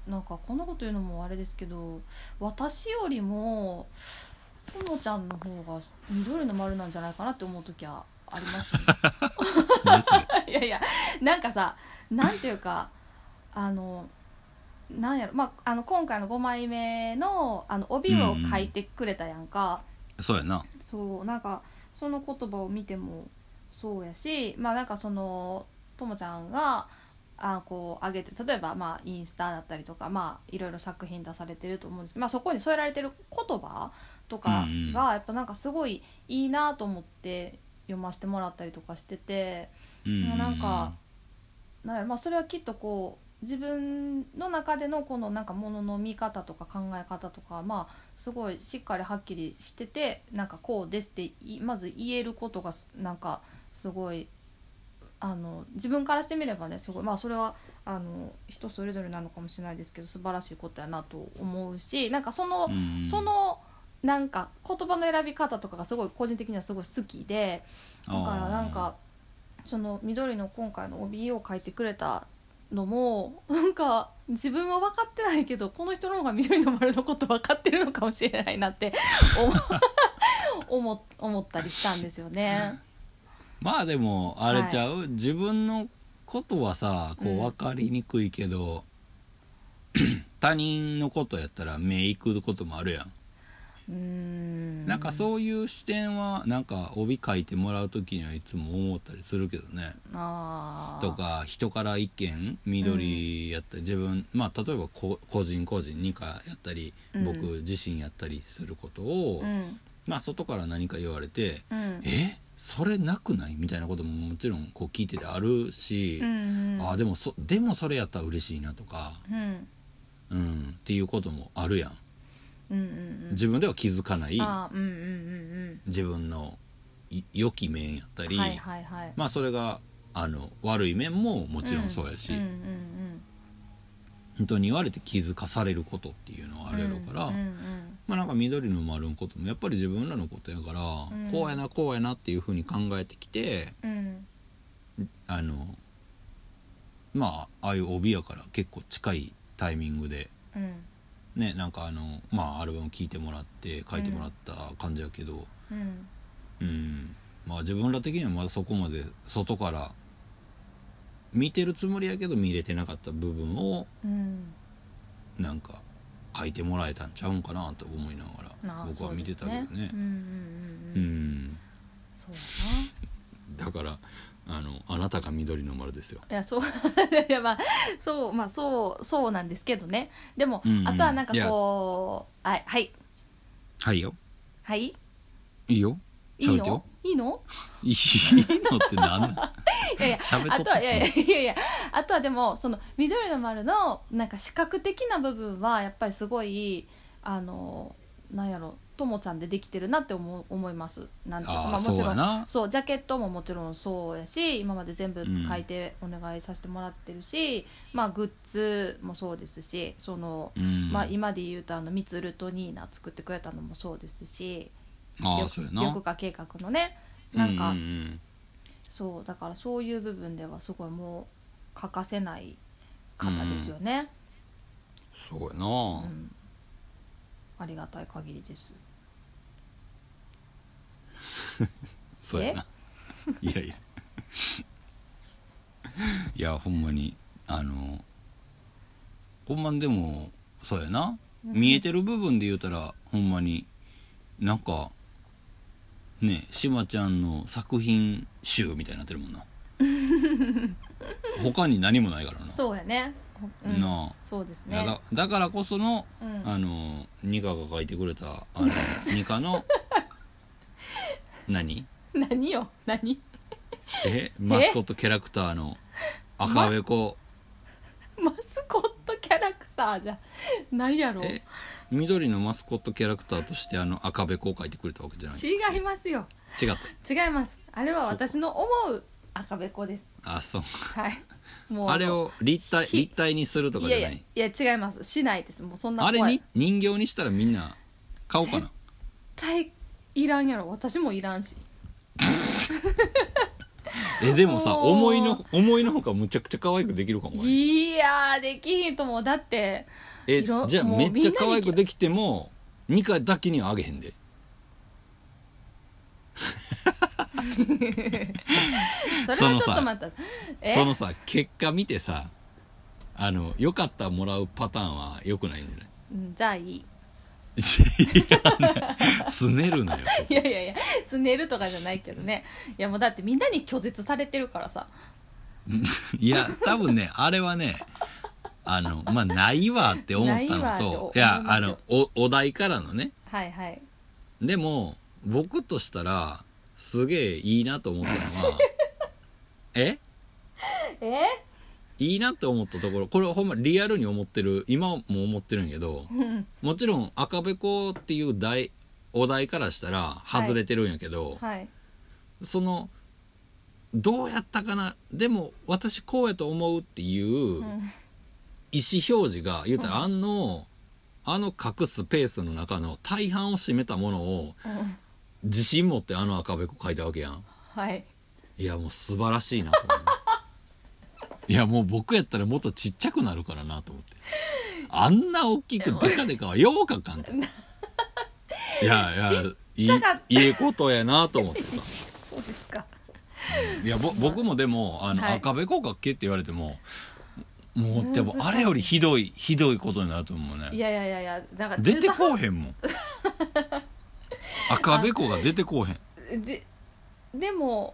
なんかこんなこと言うのもあれですけど私よりもともちゃんの方が緑の丸なんじゃないかなって思う時はあります、ね、 いやいやなんかさなんていうかあのなんやろまああの今回の5枚目のあの帯を書いてくれたやんか、そうやなそうなんかその言葉を見てもそうやしまあなんかそのともちゃんがあこう上げて例えばまあインスタだったりとかまあいろいろ作品出されてると思うんですけど、まあ、そこに添えられてる言葉とかうんうんがやっぱなんかすごいいいなと思って読ませてもらったりとかしててうんもうなんかなんやまあ、それはきっとこう自分の中でのこのなんかものの見方とか考え方とかまあすごいしっかりはっきりしててなんかこうですっていまず言えることがすなんかすごいあの自分からしてみればねすごいまあそれはあの人それぞれなのかもしれないですけど素晴らしいことやなと思うしなんかそうの、んそのなんか言葉の選び方とかがすごい個人的にはすごい好きで。だからなんかその緑の今回の帯を書いてくれたのもなんか自分は分かってないけどこの人の方が緑の丸のこと分かってるのかもしれないなって思思思ったりしたんですよね。まあでもあれちゃう、自分のことはさこううん分かりにくいけど、 他人のことやったら目いくこともあるやん、うーんなんかそういう視点はなんか帯書いてもらう時にはいつも思ったりするけどねあーとか人から意見緑やったり、自分まあ例えばこ個人個人二課やったり、うん僕自身やったりすることを、うんまあ外から何か言われてう「んえそれなくない?」みたいなことももちろんこう聞いててあるし、うんうんああでもそでもそれやったら嬉しいなとか、うんうん、っていうこともあるやんうんうんうん自分では気づかないあーうんうんうん自分のい良き面やったうり、んはいはいはいまあそれがあの悪い面ももちろんそうやし、うんうんうん本当に言われて気づかされることっていうのはあるやろから、うんうんうんまあなんか緑の丸のこともやっぱり自分らのことやから、うんこうやなこうやなっていうふうに考えてきてうんあのまあああいう帯やから結構近いタイミングでうんねなんかあのまあアルバム聴いてもらって書いてもらった感じやけどうんうん、まあ自分ら的にはまだそこまで外から見てるつもりやけど見れてなかった部分をうんなんか書いてもらえたんちゃうんかなと思いながらな僕は見てたけどねそうですううんうんうんうんんそうやなだからあのあなたが緑の丸ですよいやそう いやまあそうまあそうそうなんですけどねでも、うんうんあとはなんかこうあはいはいよはいいい よい喋いってのよいいのいいのってなんだいやいや喋っとあっとたはいやいや いやいやあとはでもその緑の丸のなんか視覚的な部分はやっぱりすごいあのなんやろともちゃんでできてるなって思う思いますなんていうかあまああそもうちろやんなそうジャケットももちろんそうやし今まで全部書いてお願いさせてもらってるし、まあグッズもそうですしそのうんまあ、今で言うとあのみつるとニーナ作ってくれたのもそうですしあよあそうやな緑化計画のねなんか、うんうんそうだからそういう部分ではすごいもう欠かせない方ですよね、うんそうやな、うんありがたい限りですそうやな いやいやいやほんまにあのほんまにでもそうやな見えてる部分で言うたらほんまになんかねえしまちゃんの作品集みたいになってるもん な他に何もないからなそうやね、うん、なそうですいやねだだからこその、うんあのニカが書いてくれたあの ニカの何何よ何えマスコットキャラクターの赤べこ マスコットキャラクターじゃないやろえ緑のマスコットキャラクターとしてあの赤べこを書いてくれたわけじゃない違いますよ違った違いますあれは私の思う赤べこですあそうはいもうあれを立体ひ立体にするとかじゃないやいやいや違いますしないですもうそんなあれ怖いに人形にしたらみんな買おうかな絶対いらんやろ私もいらんしえでもさおー思いの思いのほかむちゃくちゃ可愛くできるかもねいやーできひんともうだってえ色じゃあもうめっちゃみんなに可愛くできても2回だけにはあげへんでそそれのはさちょっと待ったえそのさ結果見てさあの良かったもらうパターンは良くないんじゃ ないうんじゃあいいいやねすねるなよそこいやいやいやすねるとかじゃないけどねいやもうだってみんなに拒絶されてるからさいや多分ねあれはねあのまあないわって思ったないわのってと思いや思いますあのおお題からのねはいはいでも僕としたらすげえいいなと思ったの はええいいなって思ったところこれほんまリアルに思ってる今も思ってるんやけどうんもちろん赤べこっていう題お題からしたら外れてるんやけど、はいそのどうやったかなでも私こうやと思うっていうう意思ん表示が言うたら、うんあのあの隠すペースの中の大半を占めたものをうん自信持ってあの赤べこ書いたわけやん。はいいやもう素晴らしいなと思ういやもう僕やったらもっとちっちゃくなるからなと思ってあんな大きくデカデカはよう書かんといやいやいちゃかっいいいことやなと思ってさそうですかいやぼ僕もでもあの、はい赤べこを書けって言われてももうでも難しいあれよりひどいひどいことになると思ういねやいやいやいやだから出中てこ途半うへんもん赤べこが出てこうへん端ででも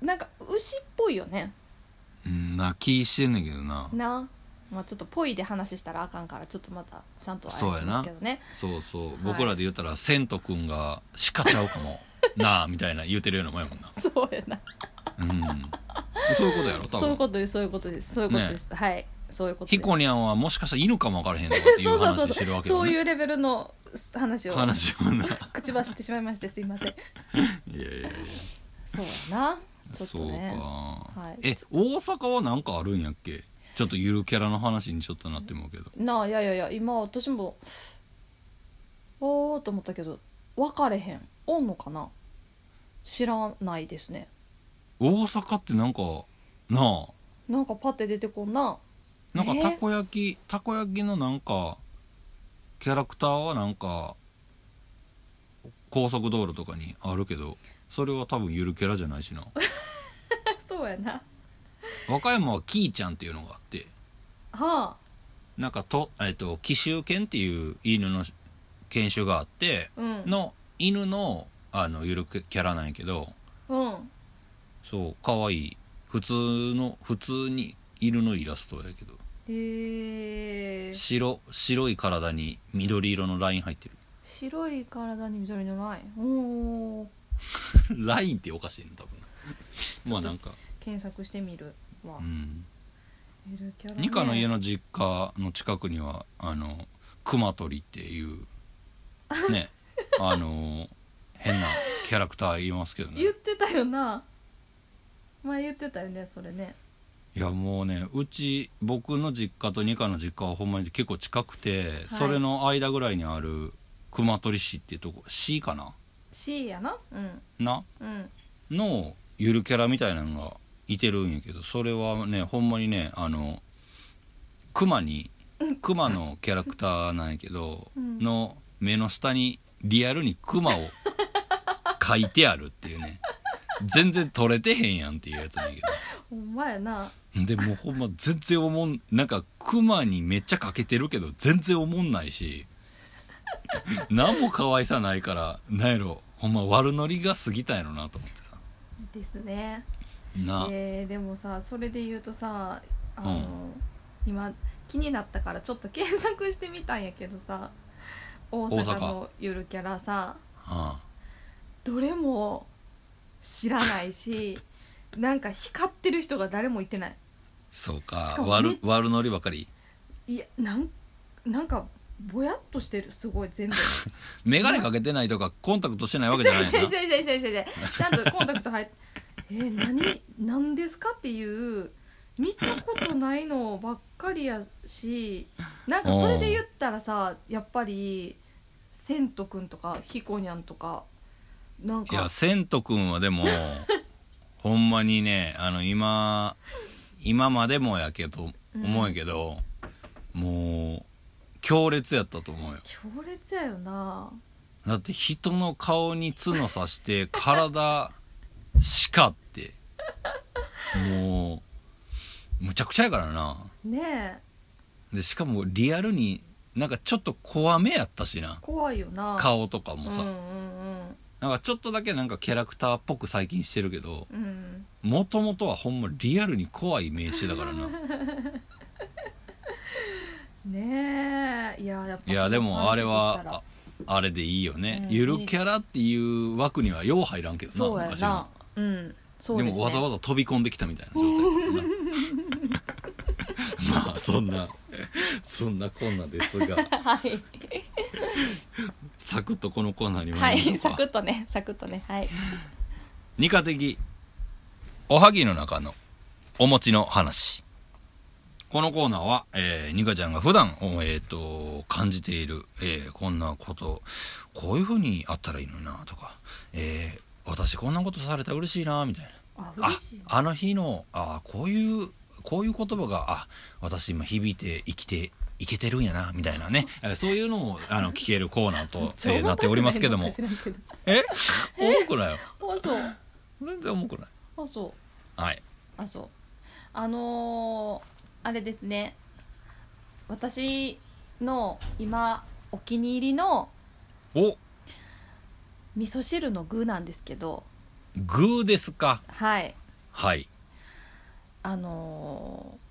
なんか牛っぽいよねうんな気してんねんけどななまあちょっとぽいで話したらあかんからちょっとまたちゃんとあれしそうやなますけどねそうそう、僕らで言ったら千と君が「しかちゃうかもなあ」みたいな言うてるようなもんやもんなそうやなうんそういうことやろ多分そういうことですそういうことですそういうことです、はいそういうことひですこにゃんはもしかしたら犬かも分からへんとかっていそううそうそう話しそてるわうけよそうねいうレベルの話を話をない口走ってしまいましてすいませんやいやいやそうやなちょっとそうねか、はいえ大阪は何かあるんやっけちょっとゆるキャラの話にちょっとなってもうけどなあいやいやいや今私もおーと思ったけど分かれへんおんのかな知らないですね大阪ってなんかなあなんかパッて出てこんななんかえーたこ焼き、たこ焼きのなんかキャラクターはなんか高速道路とかにあるけどそれは多分ゆるキャラじゃない しなそうやな和歌山はキーちゃんっていうのがあってはあなんかと、えっと奇襲犬っていう犬の犬種があってうんの犬のあのゆるキャラなんやけどうんそう可愛い普通の普通に犬のイラストやけどへえ白白い体に緑色のライン入ってる白い体に緑のラインおーラインっておかしいの多 分まあなんか、検索してみるわうん、ゆるキャラねニカの家の実家の近くにはあの熊取っていう ねあの変なキャラクターいますけどね言ってたよな前言ってたよねそれねいやもうねうち僕の実家とニカの実家はほんまに結構近くて、はいそれの間ぐらいにある熊取市っていうとこ市かな C やなうんなうんのゆるキャラみたいなのがいてるんやけどそれはねほんまにねあの熊に熊のキャラクターなんやけど、うんの目の下にリアルに熊を書いてあるっていうね全然取れてへんやんっていうやつなんやけど。ほんまやなでもうほんま全然おもんなんかクマにめっちゃかけてるけど全然おもんないし何も可愛さないからなんやろほんま悪ノリが過ぎたんやろなと思ってさですねな、えーでもさそれで言うとさあの、今気になったからちょっと検索してみたんやけどさ大阪のゆるキャラさあどれも知らない しなんか光ってる人が誰もいてないそうかしかも悪め悪ノリばかりいやなんなんかぼやっとしてるすごい全部眼鏡かけてないとかコンタクトしてないわけしじてゃなるしいんてやるなしてるしてるしてるちゃんとコンタクト入ってえー、何何ですかっていう見たことないのばっかりやしなんかそれで言ったらさやっぱりセントくんとかひこにゃんとかなんいやかせんとくんは でもほんまにねあの今今までもやけどうん思うんやけど、もう強烈やったと思うよ強烈やよなだって人の顔に角刺して体鹿ってもうむちゃくちゃやからなねえでしかもリアルになんかちょっと怖めやったしな怖いよな顔とかもさ、うんうんなんかちょっとだけなんかキャラクターっぽく最近してるけどうんうんもともとはほんまリアルに怖い名詞だからな ねえいややっぱいやでもあれはああれでいいよね、ゆるキャラっていう枠にはよう入らんけどなそうや昔はなうんそうでですねもわざわざ飛び込んできたみたいな状態まあそんなそんなコーナーです が はいサクッとこのコーナーには参りいましサょうクかッとねサクッとねはい二課的おはぎの中のお餅の話このコーナーは、えー、ニカちゃんが普段、おえー、と感じている、えーこんなことこういうふうにあったらいいのになとか、えー私こんなことされたら嬉しいなみたいなあ嬉あしいあの日のあこういうこういう言葉があ私今響いて生きていけてるんやなみたいなねえーそういうのをあの聞けるコーナー と、えーなっておりますけども知らんけどえ 重くないよあそう全然重くないあそうはいあそうあのーあれですね私の今お気に入りのお味噌汁の具なんですけどグーですかはいはいあのー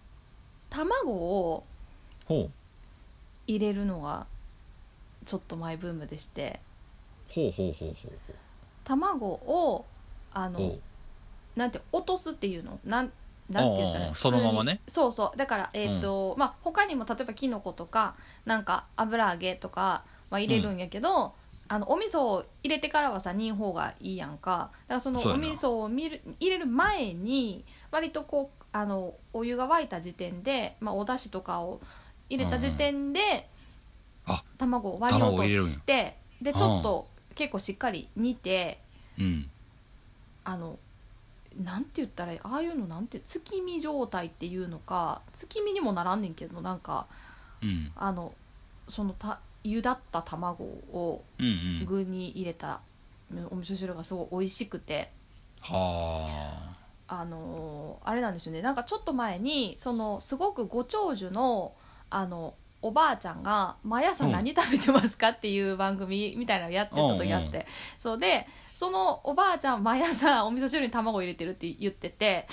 卵をほう入れるのがちょっとマイブームでしてほうほうほうほう卵をあほうのほうなんて落とすっていうのなんなんて言ったあらあそのままね普通にそうそうだからえっ、と、まあ他にも例えばきのことかなんか油揚げとかは入れるんやけど、あのお味噌を入れてからはさ煮ん方がいいやんかだからそのそうおやな味噌を見る入れる前に割とこうあのお湯が沸いた時点で、まあ、お出汁とかを入れた時点で、うんあ卵を割り落卵をと入れるんやしてでちょっと結構しっかり煮て。うんあのなんて言ったらいいああいうのなんて月見状態っていうのか月見にもならんねんけどなんかうんあのそのたゆだった卵をうんうん具に入れたお味噌汁がすごい美味しくてはあのーあれなんですよねなんかちょっと前にそのすごくご長寿のあのおばあちゃんが「毎朝何食べてますか?」っていう番組みたいなのやってた時あって、うんうんそうでそのおばあちゃん毎朝お味噌汁に卵入れてるって言ってて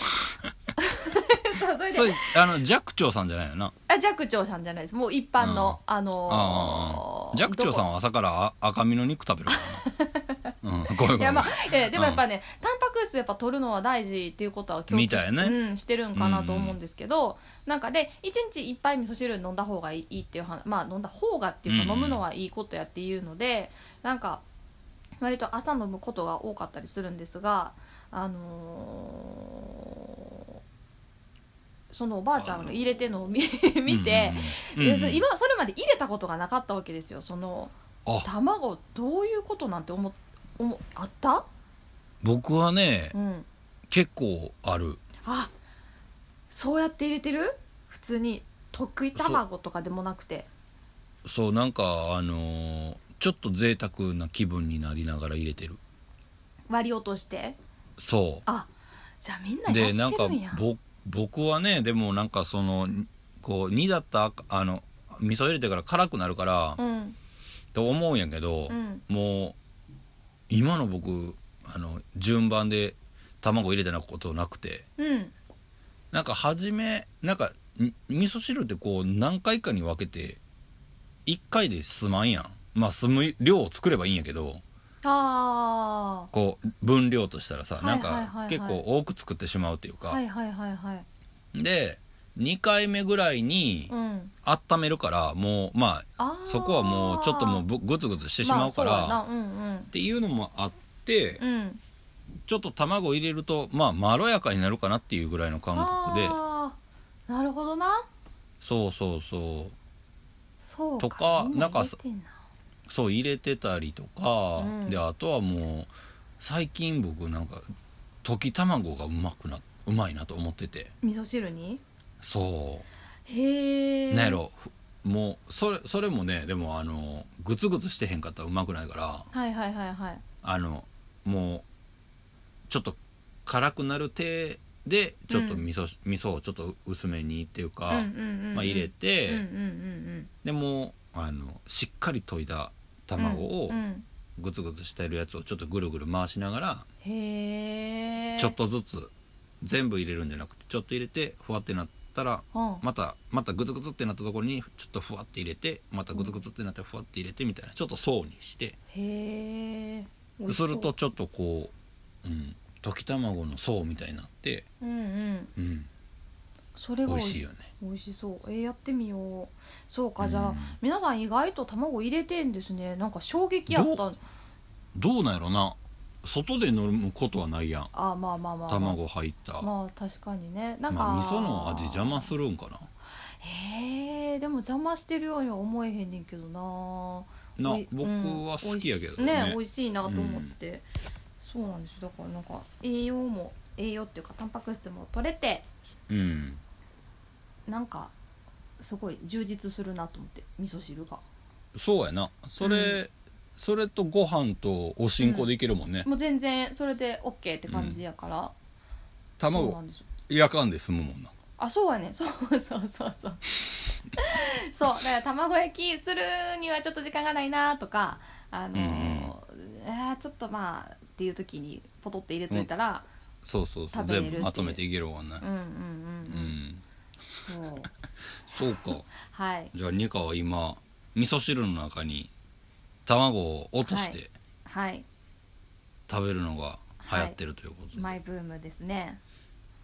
そうそれ でそれあの寂聴さんじゃないよなあ寂聴さんじゃないですもう一般の、あのああー寂聴さんは朝からあ赤身の肉食べるからな うんごめんご いめやん、まあ、えーでもやっぱね、タンパク質やっぱ取るのは大事っていうことは共通みたいねうん、してるんかなと思うんですけど、なんかで1日1杯味噌汁飲んだ方がいいっていう話まあ飲んだ方がっていうか、うんうん飲むのはいいことやっていうのでなんか割と朝飲むことが多かったりするんですがあのーそのおばあちゃんが入れてるのを見見て、うんうんうん、でそ今それまで入れたことがなかったわけですよそのあ卵どういうことなんて思っ思あった僕はねうん、結構あるあそうやって入れてる普通に得意卵とかでもなくてそうなんかあのーちょっと贅沢な気分になりながら入れてる割り落としてそあじゃあみんなうでやなっんてかるんやぼ僕はねでもなんかそのこう煮だった赤あの味噌入れてから辛くなるから、うんと思うんやけど、うんもう今の僕あの順番で卵入れてなことなくてうんなんか初めなんかに味噌汁ってこう何回かに分けて1回で済まんやんまあ済む量を作ればいいんやけどあこう分量としたらさ、はいはいはいはいなんか結構多く作ってしまうっていうあか、はいはいはいはいで2回目ぐらいにうん温めるからもうまああーそこはもうちょっともうぶグツグツしてしまうから、まあそうやなうんっていうのもあって、うんうんちょっと卵入れるとまあまろやかになるかなっていうぐらいの感覚であーなるほどなそうそうそうそうとかみなんか入れてんなそう入れてたりとか、うんであとはもう最近僕なんか溶き卵がうまくなうまいなと思ってて味噌汁にそへうえなんやろふもうそれそれもねでもあのグツグツしてへんかったらうまくないからはいはいはいはいあのもうちょっと辛くなる程でちょっと味噌,、味噌をちょっと薄めにっていうか、うんうんうんうんまあ、入れて、うんうんうんでもうあのしっかり溶いたうん卵をうんうんグツグツしてるやつをちょっとぐるぐる回しながらへえちょっとずつ全部入れるんじゃなくてちょっと入れてふわってなったらうんまたまたグツグツってなったところにちょっとふわって入れてまたグツグツってなってふわって入れてみたいなちょっと層にしてへえするとちょっとこう、うん、溶き卵の層みたいになって、うんうんうん、それ美が味しいよね。美味しそうえーやってみようそうかじゃあ、うん皆さん意外と卵入れてんですねなんか衝撃やったどどうなんやろな外で飲むことはないやんあまあまあまあ、まあ、卵入った、ままあ確かにねなあ、んか、味噌の味邪魔するんかなへえでも邪魔してるようには思えへんねんけどななおい僕うんは好きやけど美味しね美味しいなと思って、そうなんですよだからなんか栄養も栄養っていうかタンパク質も取れてうんなんかすごい充実するなと思って味噌汁がそうやなそれ、うそれとご飯とおしんこでいけるもんね、もう全然それで OK って感じやから、そうな卵んですよやかんで済むもんなあそうやねそうそうそ うそうそうだから卵焼きするにはちょっと時間がないなとかあのーあーちょっとまあっていう時にポトって入れといたら、そうそうそう食べれる全部まとめていけるもんねうん、うんううんんうん、そうそうかはいじゃあニカは今味噌汁の中に卵を落としはてはい食べるのが流行ってるということで、マイブームですね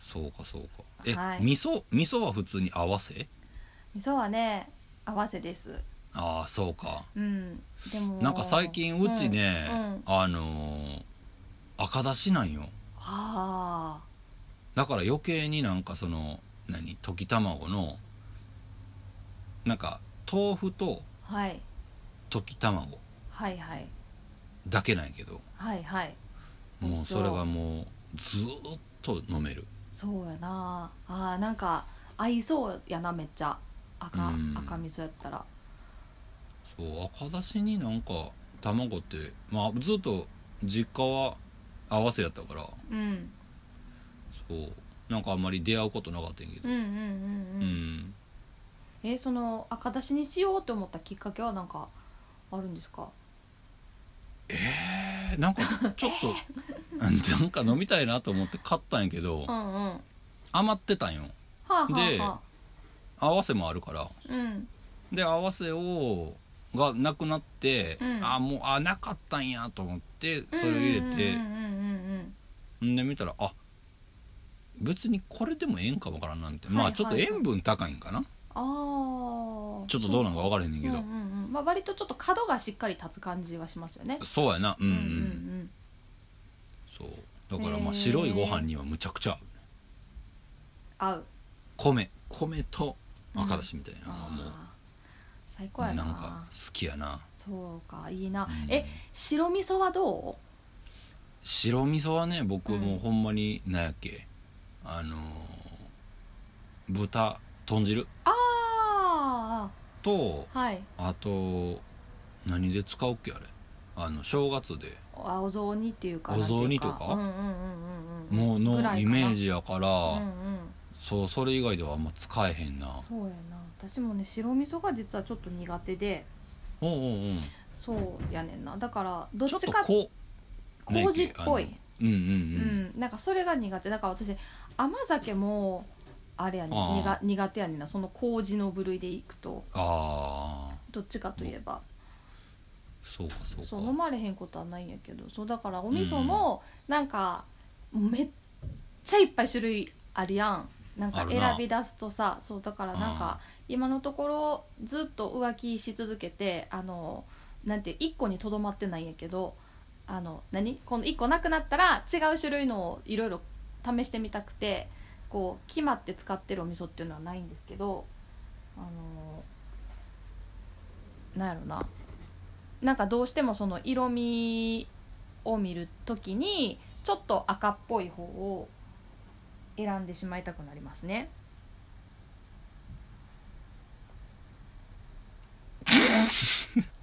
そうかそうかえ、はい味噌味噌は普通に合わせ味噌はね合わせですああそうかうんでもなんか最近うちね、うんうんあのー赤だしなんよああだから余計になんかその何溶き卵のなんか豆腐とはい溶き卵はいはいだけなんやけどはいはいもうそうそれがもうずーっと飲めるそうやなあーなんか合いそうやなめっちゃ赤うん赤味噌やったらそう赤だしになんか卵ってまあずっと実家は合わせやったからうんそうなんかあんまり出会うことなかったんやけうどんうんうんううんんえその赤出しにしようと思ったきっかけはなんかあるんですかえなんかちょっと なんか飲みたいなと思って買ったんやけどうんうんは余ってたんよあはあでは合わせもあるからあうんで合わせをがなくなって、うんあもうあなかったんやと思ってそれを入れてうんうんうんんで見たらあ別にこれでもええんかわからんなみたいな、はまいあちょっとはいはい塩分高いんかな、うんうんああちょっとどうなのか分からへんねんうけんうど、んうんまあ割とちょっと角がしっかり立つ感じはしますよねそうやなうんううんん、うんそうだからまへーあ白いご飯にはむちゃくちゃ合う合う米米と赤だしみたいなのはもう、あー最高やななんか好きやな、そうかいいな、うんえ白味噌はど白味噌はね僕うんもうほんまに何やっけ、あのー豚豚汁うあとあはいあと何で使うっけあれあの正月であお雑煮っていうかお雑煮なんていうとかうんうんうんうんうんもうぐらいかのなイメージやからうんうんそうそれ以外ではあんま使えへんなそうやな私もね白味噌が実はちょっと苦手でおうんうんうんそうやねんなだからどっちょっちとかこうね麹っぽい、あのうんうんううん、ん、なんかそれが苦手だから私甘酒もあれやねあんーにが苦手やねんなその麹の部類でいくとああどっちかといえばそうかそうかそう飲まれへんことはないんやけどそうだからお味噌もなんかめっちゃいっぱい種類あるやんなんあかる選なび出すとさそうだからなんか今のところずっと浮気し続けてあのなんていう1個にとどまってないんやけどあの何この1個なくなったら違う種類のをいろいろ試してみたくてこう決まって使ってるお味噌っていうのはないんですけどあのなんやろななんかどうしてもその色味を見るときにちょっと赤っぽい方を選んでしまいたくなりますね。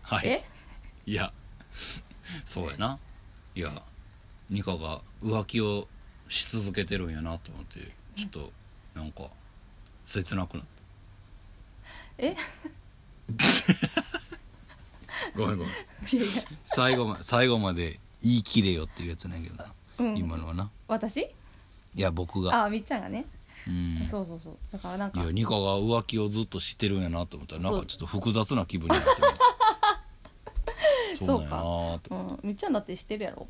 はいえいやそうやないやニカが浮気をし続けてるんやなと思ってちょっとなんか切なくなったえ ごめんごめんいやいや最後ま最後まで言い切れよっていうやつなんやけどな、うん、今のはな私いや僕があみっちゃんがね、うんそうそうそうだからなんいかやニカが浮気をずっとしてるんやなと思ったらなんそかうちょっと複雑な気分になって るそうなんやなーとうん、みっちゃんだってしてるやろ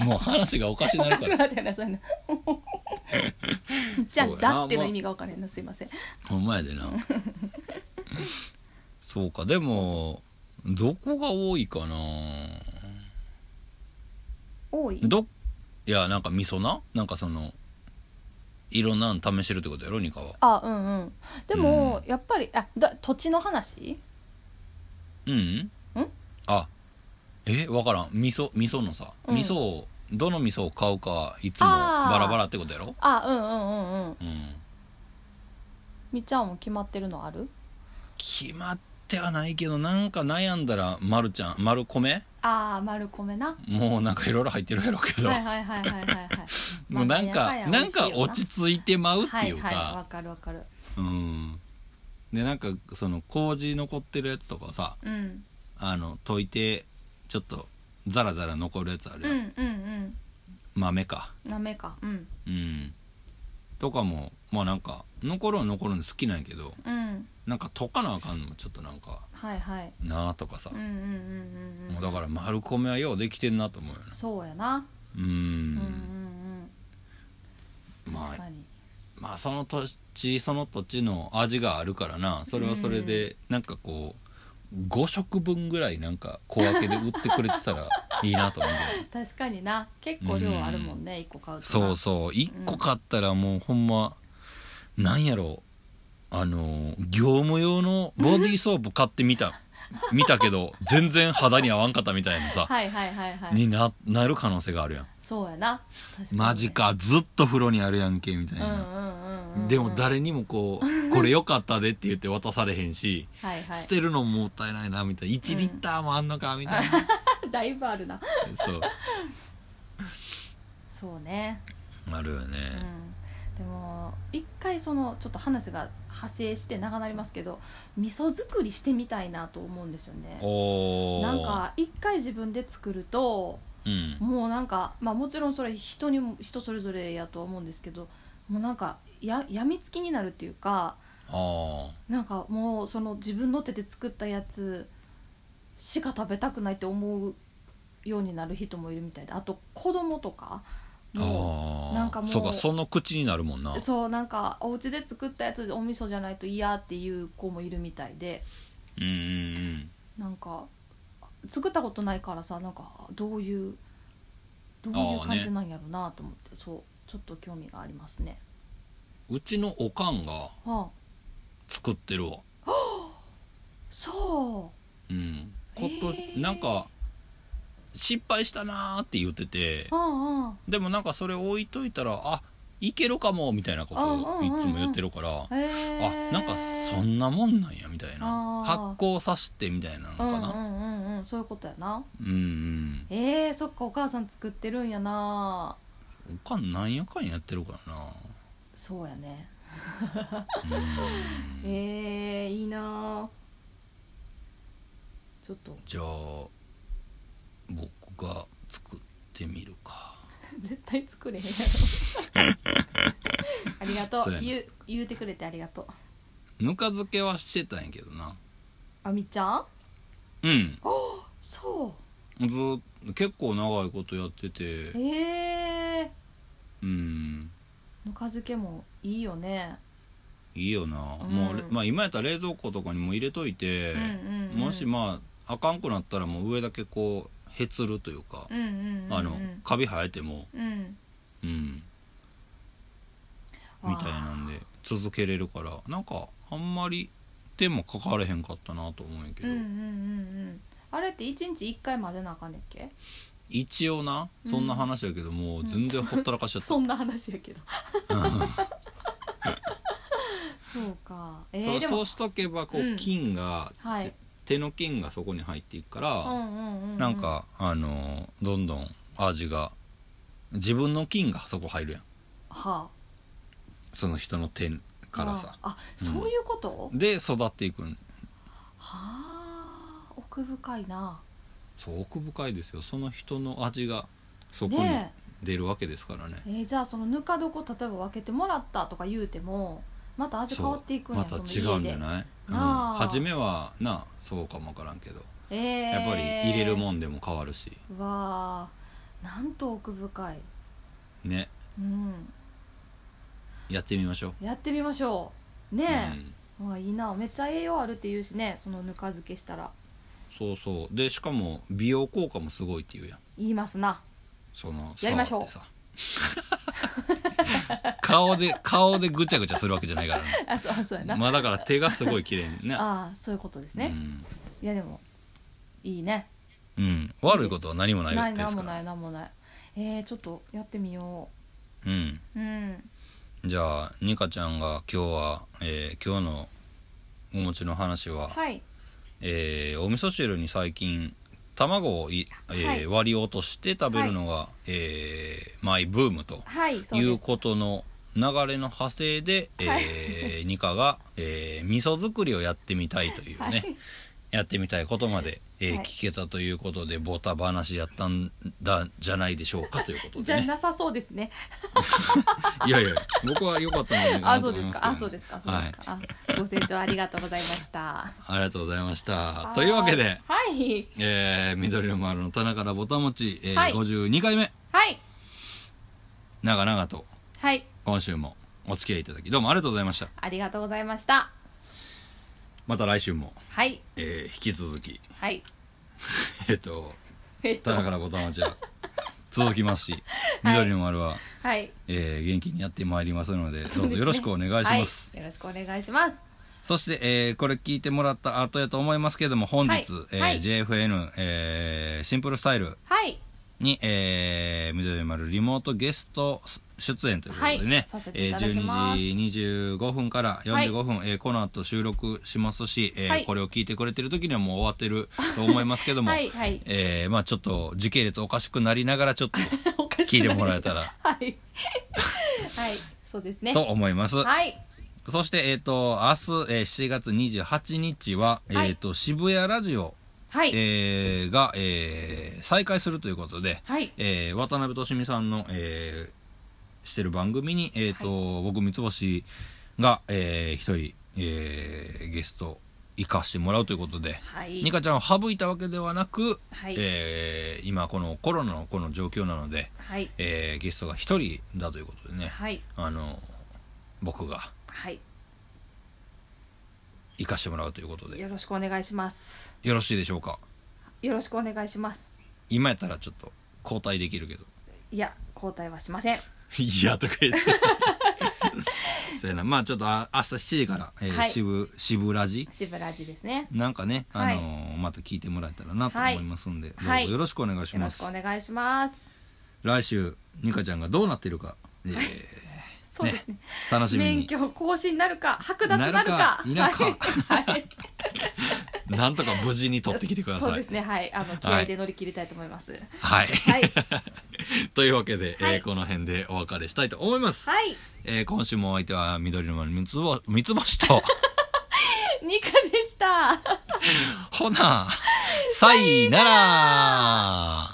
もう話がおかしおなるかかしらくなってるなそうやな みっちゃそんうやなだっての意味が分からへんなすいませんほんまやで なそうかでもどこが多いかな多いどいやなんか味噌ななんかそのいろんなの試してるってことやろニカはあうんうんでも、やっぱりあだ土地の話うんんあえわからん味噌味噌のさ、うん味噌をどの味噌を買うかいつもあーバラバラってことやろあうんうんうんうんうんみっちゃんも決まってるのある決まってはないけどなんか悩んだら丸ちゃん丸米ああ丸米なもうなんかいろいろ入ってるやろうけど、はいはいはいはいはいは いもうなんまあかややなんか美味しいよ落ち着いてまうっていうか、はいはいわかるわかるうんでなんかその麹残ってるやつとかさうんあの溶いてちょっとザラザラ残るやつあるうんや、うんんうん豆かダメかうんうんとかもまあなんか残るは残るの好きなんやけどうんなんか溶かなあかんのもちょっとなんかはいはいなあとかさうん、うんうんうんもううんだから丸米はようできてんなと思うよねそうやなうんうんうんうんま確あかにまあその土地その土地の味があるからなそれはそれでなんかこう5食分ぐらいなんか小分けで売ってくれてたらいいなと思うけ ど確かにな結構量あるもんね一個買うとなそうそう1個買ったらもうほんまなんやろうあの業務用のボディーソープ買ってみ た見たけど全然肌に合わんかったみたいなさはいはいはいはいにななる可能性があるやんそうやな確にマジかずっと風呂にあるやんけみたういんうんな、うんうんうんでも誰にもこう「これ良かったで」って言って渡されへんしはいは捨てるのももったいないなみたいな1リッターもあんのかみたい な、いだいぶあるなそうそうねあるよねうんでも一回そのちょっと話が派生して長なりますけど味噌作りしてみたいなと思うんですよねおーなんか一回自分で作るとうんもうなんかまあもちろんそれ人にも人それぞれやとは思うんですけどもうなんかややみつきになるっていうかあなんかもうその自分の手で作ったやつしか食べたくないって思うようになる人もいるみたいであと子供とかーもあーなんかもうそうかその口になるもんなそうなんかお家で作ったやつお味噌じゃないと嫌っていう子もいるみたいでうんうんうんなんか作ったことないからさなんかどういうどうあいーうね感じなんやろうなと思って、そうちょっと興味がありますね。うちのおかんがはあ、作ってるわそうんこと、えーなんか失敗したなーって言っててう、うんうん、でもなんかそれ置いといたらあいけるかもみたいなことうんうんうんうをいんつも言ってるから、えー、あなんかそんなもんなんやみたいなあ発ー酵させてみたいなのかうな、んうんうんうんそういうことやなうん、うんえー、そっかお母さん作ってるんやなおかんなんやかんやってるからなそうやねうんえー、いいなちょっと じゃあ僕が作ってみるか絶対作れへんや ろありがとそううやね言う言うてくれてありがとうぬか漬けはしてたんやけどなあみちゃんうんそずー結構長いことやっててうえー、うんぬか漬けもいいよね、いいよな、うんもうれまあ今やったら冷蔵庫とかにも入れといて、うんうんうんもしまああかんくなったらもう上だけこうへつるというかう、んうんうんうんあのカビ生えてもうんうんみたいなんで続けれるからなんかあんまり手もかかれへんかったなと思うんやけうど、んうんうんうんあれって一日一回混ぜなあかんねんっけ一応なそんな話やけど、もう全然ほったらかしちゃった、そんな話やけどそうか えそー、うでそもうしとけばこう、うん菌が、はいて手の菌がそこに入っていくから、うんうんうんうんなんかあのーどんどん味が自分の菌がそこ入るやんはあその人の手からさああそういうこと、はで育っていくんあ奥深いなそう奥深いですよその人の味がそこにね出るわけですからねええーじゃあそのぬか床例えば分けてもらったとか言うてもまた味変わっていくんやまたそ違のう家んでじゃない、うん、なあ初めはなそうかもわからんけど、えー、やっぱり入れるんもんでも変わるしわあなんと奥深いねうんやってみましょやってみましょうう、ねうんえ、わあいいなめっちゃ栄養あるって言うしねそのぬか漬けしたらそうそうでしかも美容効果もすごいって言うやん言いますなそのやりましょう触ってさ 顔で顔でぐちゃぐちゃするわけじゃないからねあそうそうや な、まあだから手がすごい綺麗にねああそういうことですね、いやでもいいねうん、うん悪いことは何もないないでなすんかもらないなんもないえー、ちょっとやってみようんううんじゃあニカちゃんが今日は、えー今日のお餅の話は、はいえーお味噌汁に最近卵をい、えーはい割り落として食べるのが、えーマイブームとはいそういですうことの流れの派生で、え ー、ニカが、えー味噌作りをやってみたいというね、はい やってみたいことまで、えーはい聞けたということでボタ話やったんだじゃないでしょうかということじでゃねなさそうですね。 いやいや僕は良かったんじゃないかあ、なとそう思でいますすか。あ、そうですすか。そうですか。あ、ご清聴ありがとうございました。 ありがとうございましたというわけで、はい。えー、緑の丸の棚からぼたもち、えーはい52回目はい。長々とはい。今週もお付き合いいただきどうもありがとうございましたありがとうございました。また来週も、はい。えー引き続きはい。えっ、とえっと棚からボタンちは続きますし、緑の丸は、はい。えー元気にやってまいりますのでどうぞよろしくお願いしはまいす。よろしくお願いします。そして、えーこれ聞いてもらった後やと思いますけれども本日、はいえーはい JFN、えーシンプルスタイルはい。に、えー、緑の丸リモートゲスト出演ということでね、はいさせていただきますえー12時25分から45分、えーこの後収録しますし、えーはいこれを聞いてくれてる時にはもう終わってると思いますけども、 はい。はい。えーまあちょっと時 系列おかしくなりながらちょっとおかし 聞 いくてなもらえたらはい。はい。そうですねと思います。はいそして、えっ、と、明日、えー7月28日は、はいえっ、と、渋谷ラジオ、はい、えーが、えー再開するということで、はいえー渡辺俊美さんの、えーしてる番組に、えーと僕三ツ星が、えー一人、えーゲスト行かしてもらうということで、はいニカちゃんを省いたわけではなく、はいえー今このコロナのこの状況なので、はいえーゲストが一人だということでね、はいあの僕がはい行かしてもらうということでよろしくお願いしますよろしいでしょうかよろしくお願いします今やったらちょっと交代できるけどいや交代はしません いやとか言ってそうやなまあちょっとあ明日7時から、えーはい渋渋ラジ渋ラジですねなんかね、はいあのーまた聞いてもらえたらなと思いますんで、はいどうぞよろしくお願いしよろましす、くお願いします来週ニカちゃんがどうなってるか、えーそうですね楽しみ免に許更新なるか剥奪なるかなるかはいはいなんとか無事に取ってきてくだそうさでいすねはいあの気合で乗り切りたいと思いますはいはい、はい というわけで、はえーいこの辺でお別れしたいと思います、えー今週もお相手は緑の丸三つぼ三つ星とニカでしたほなさいなら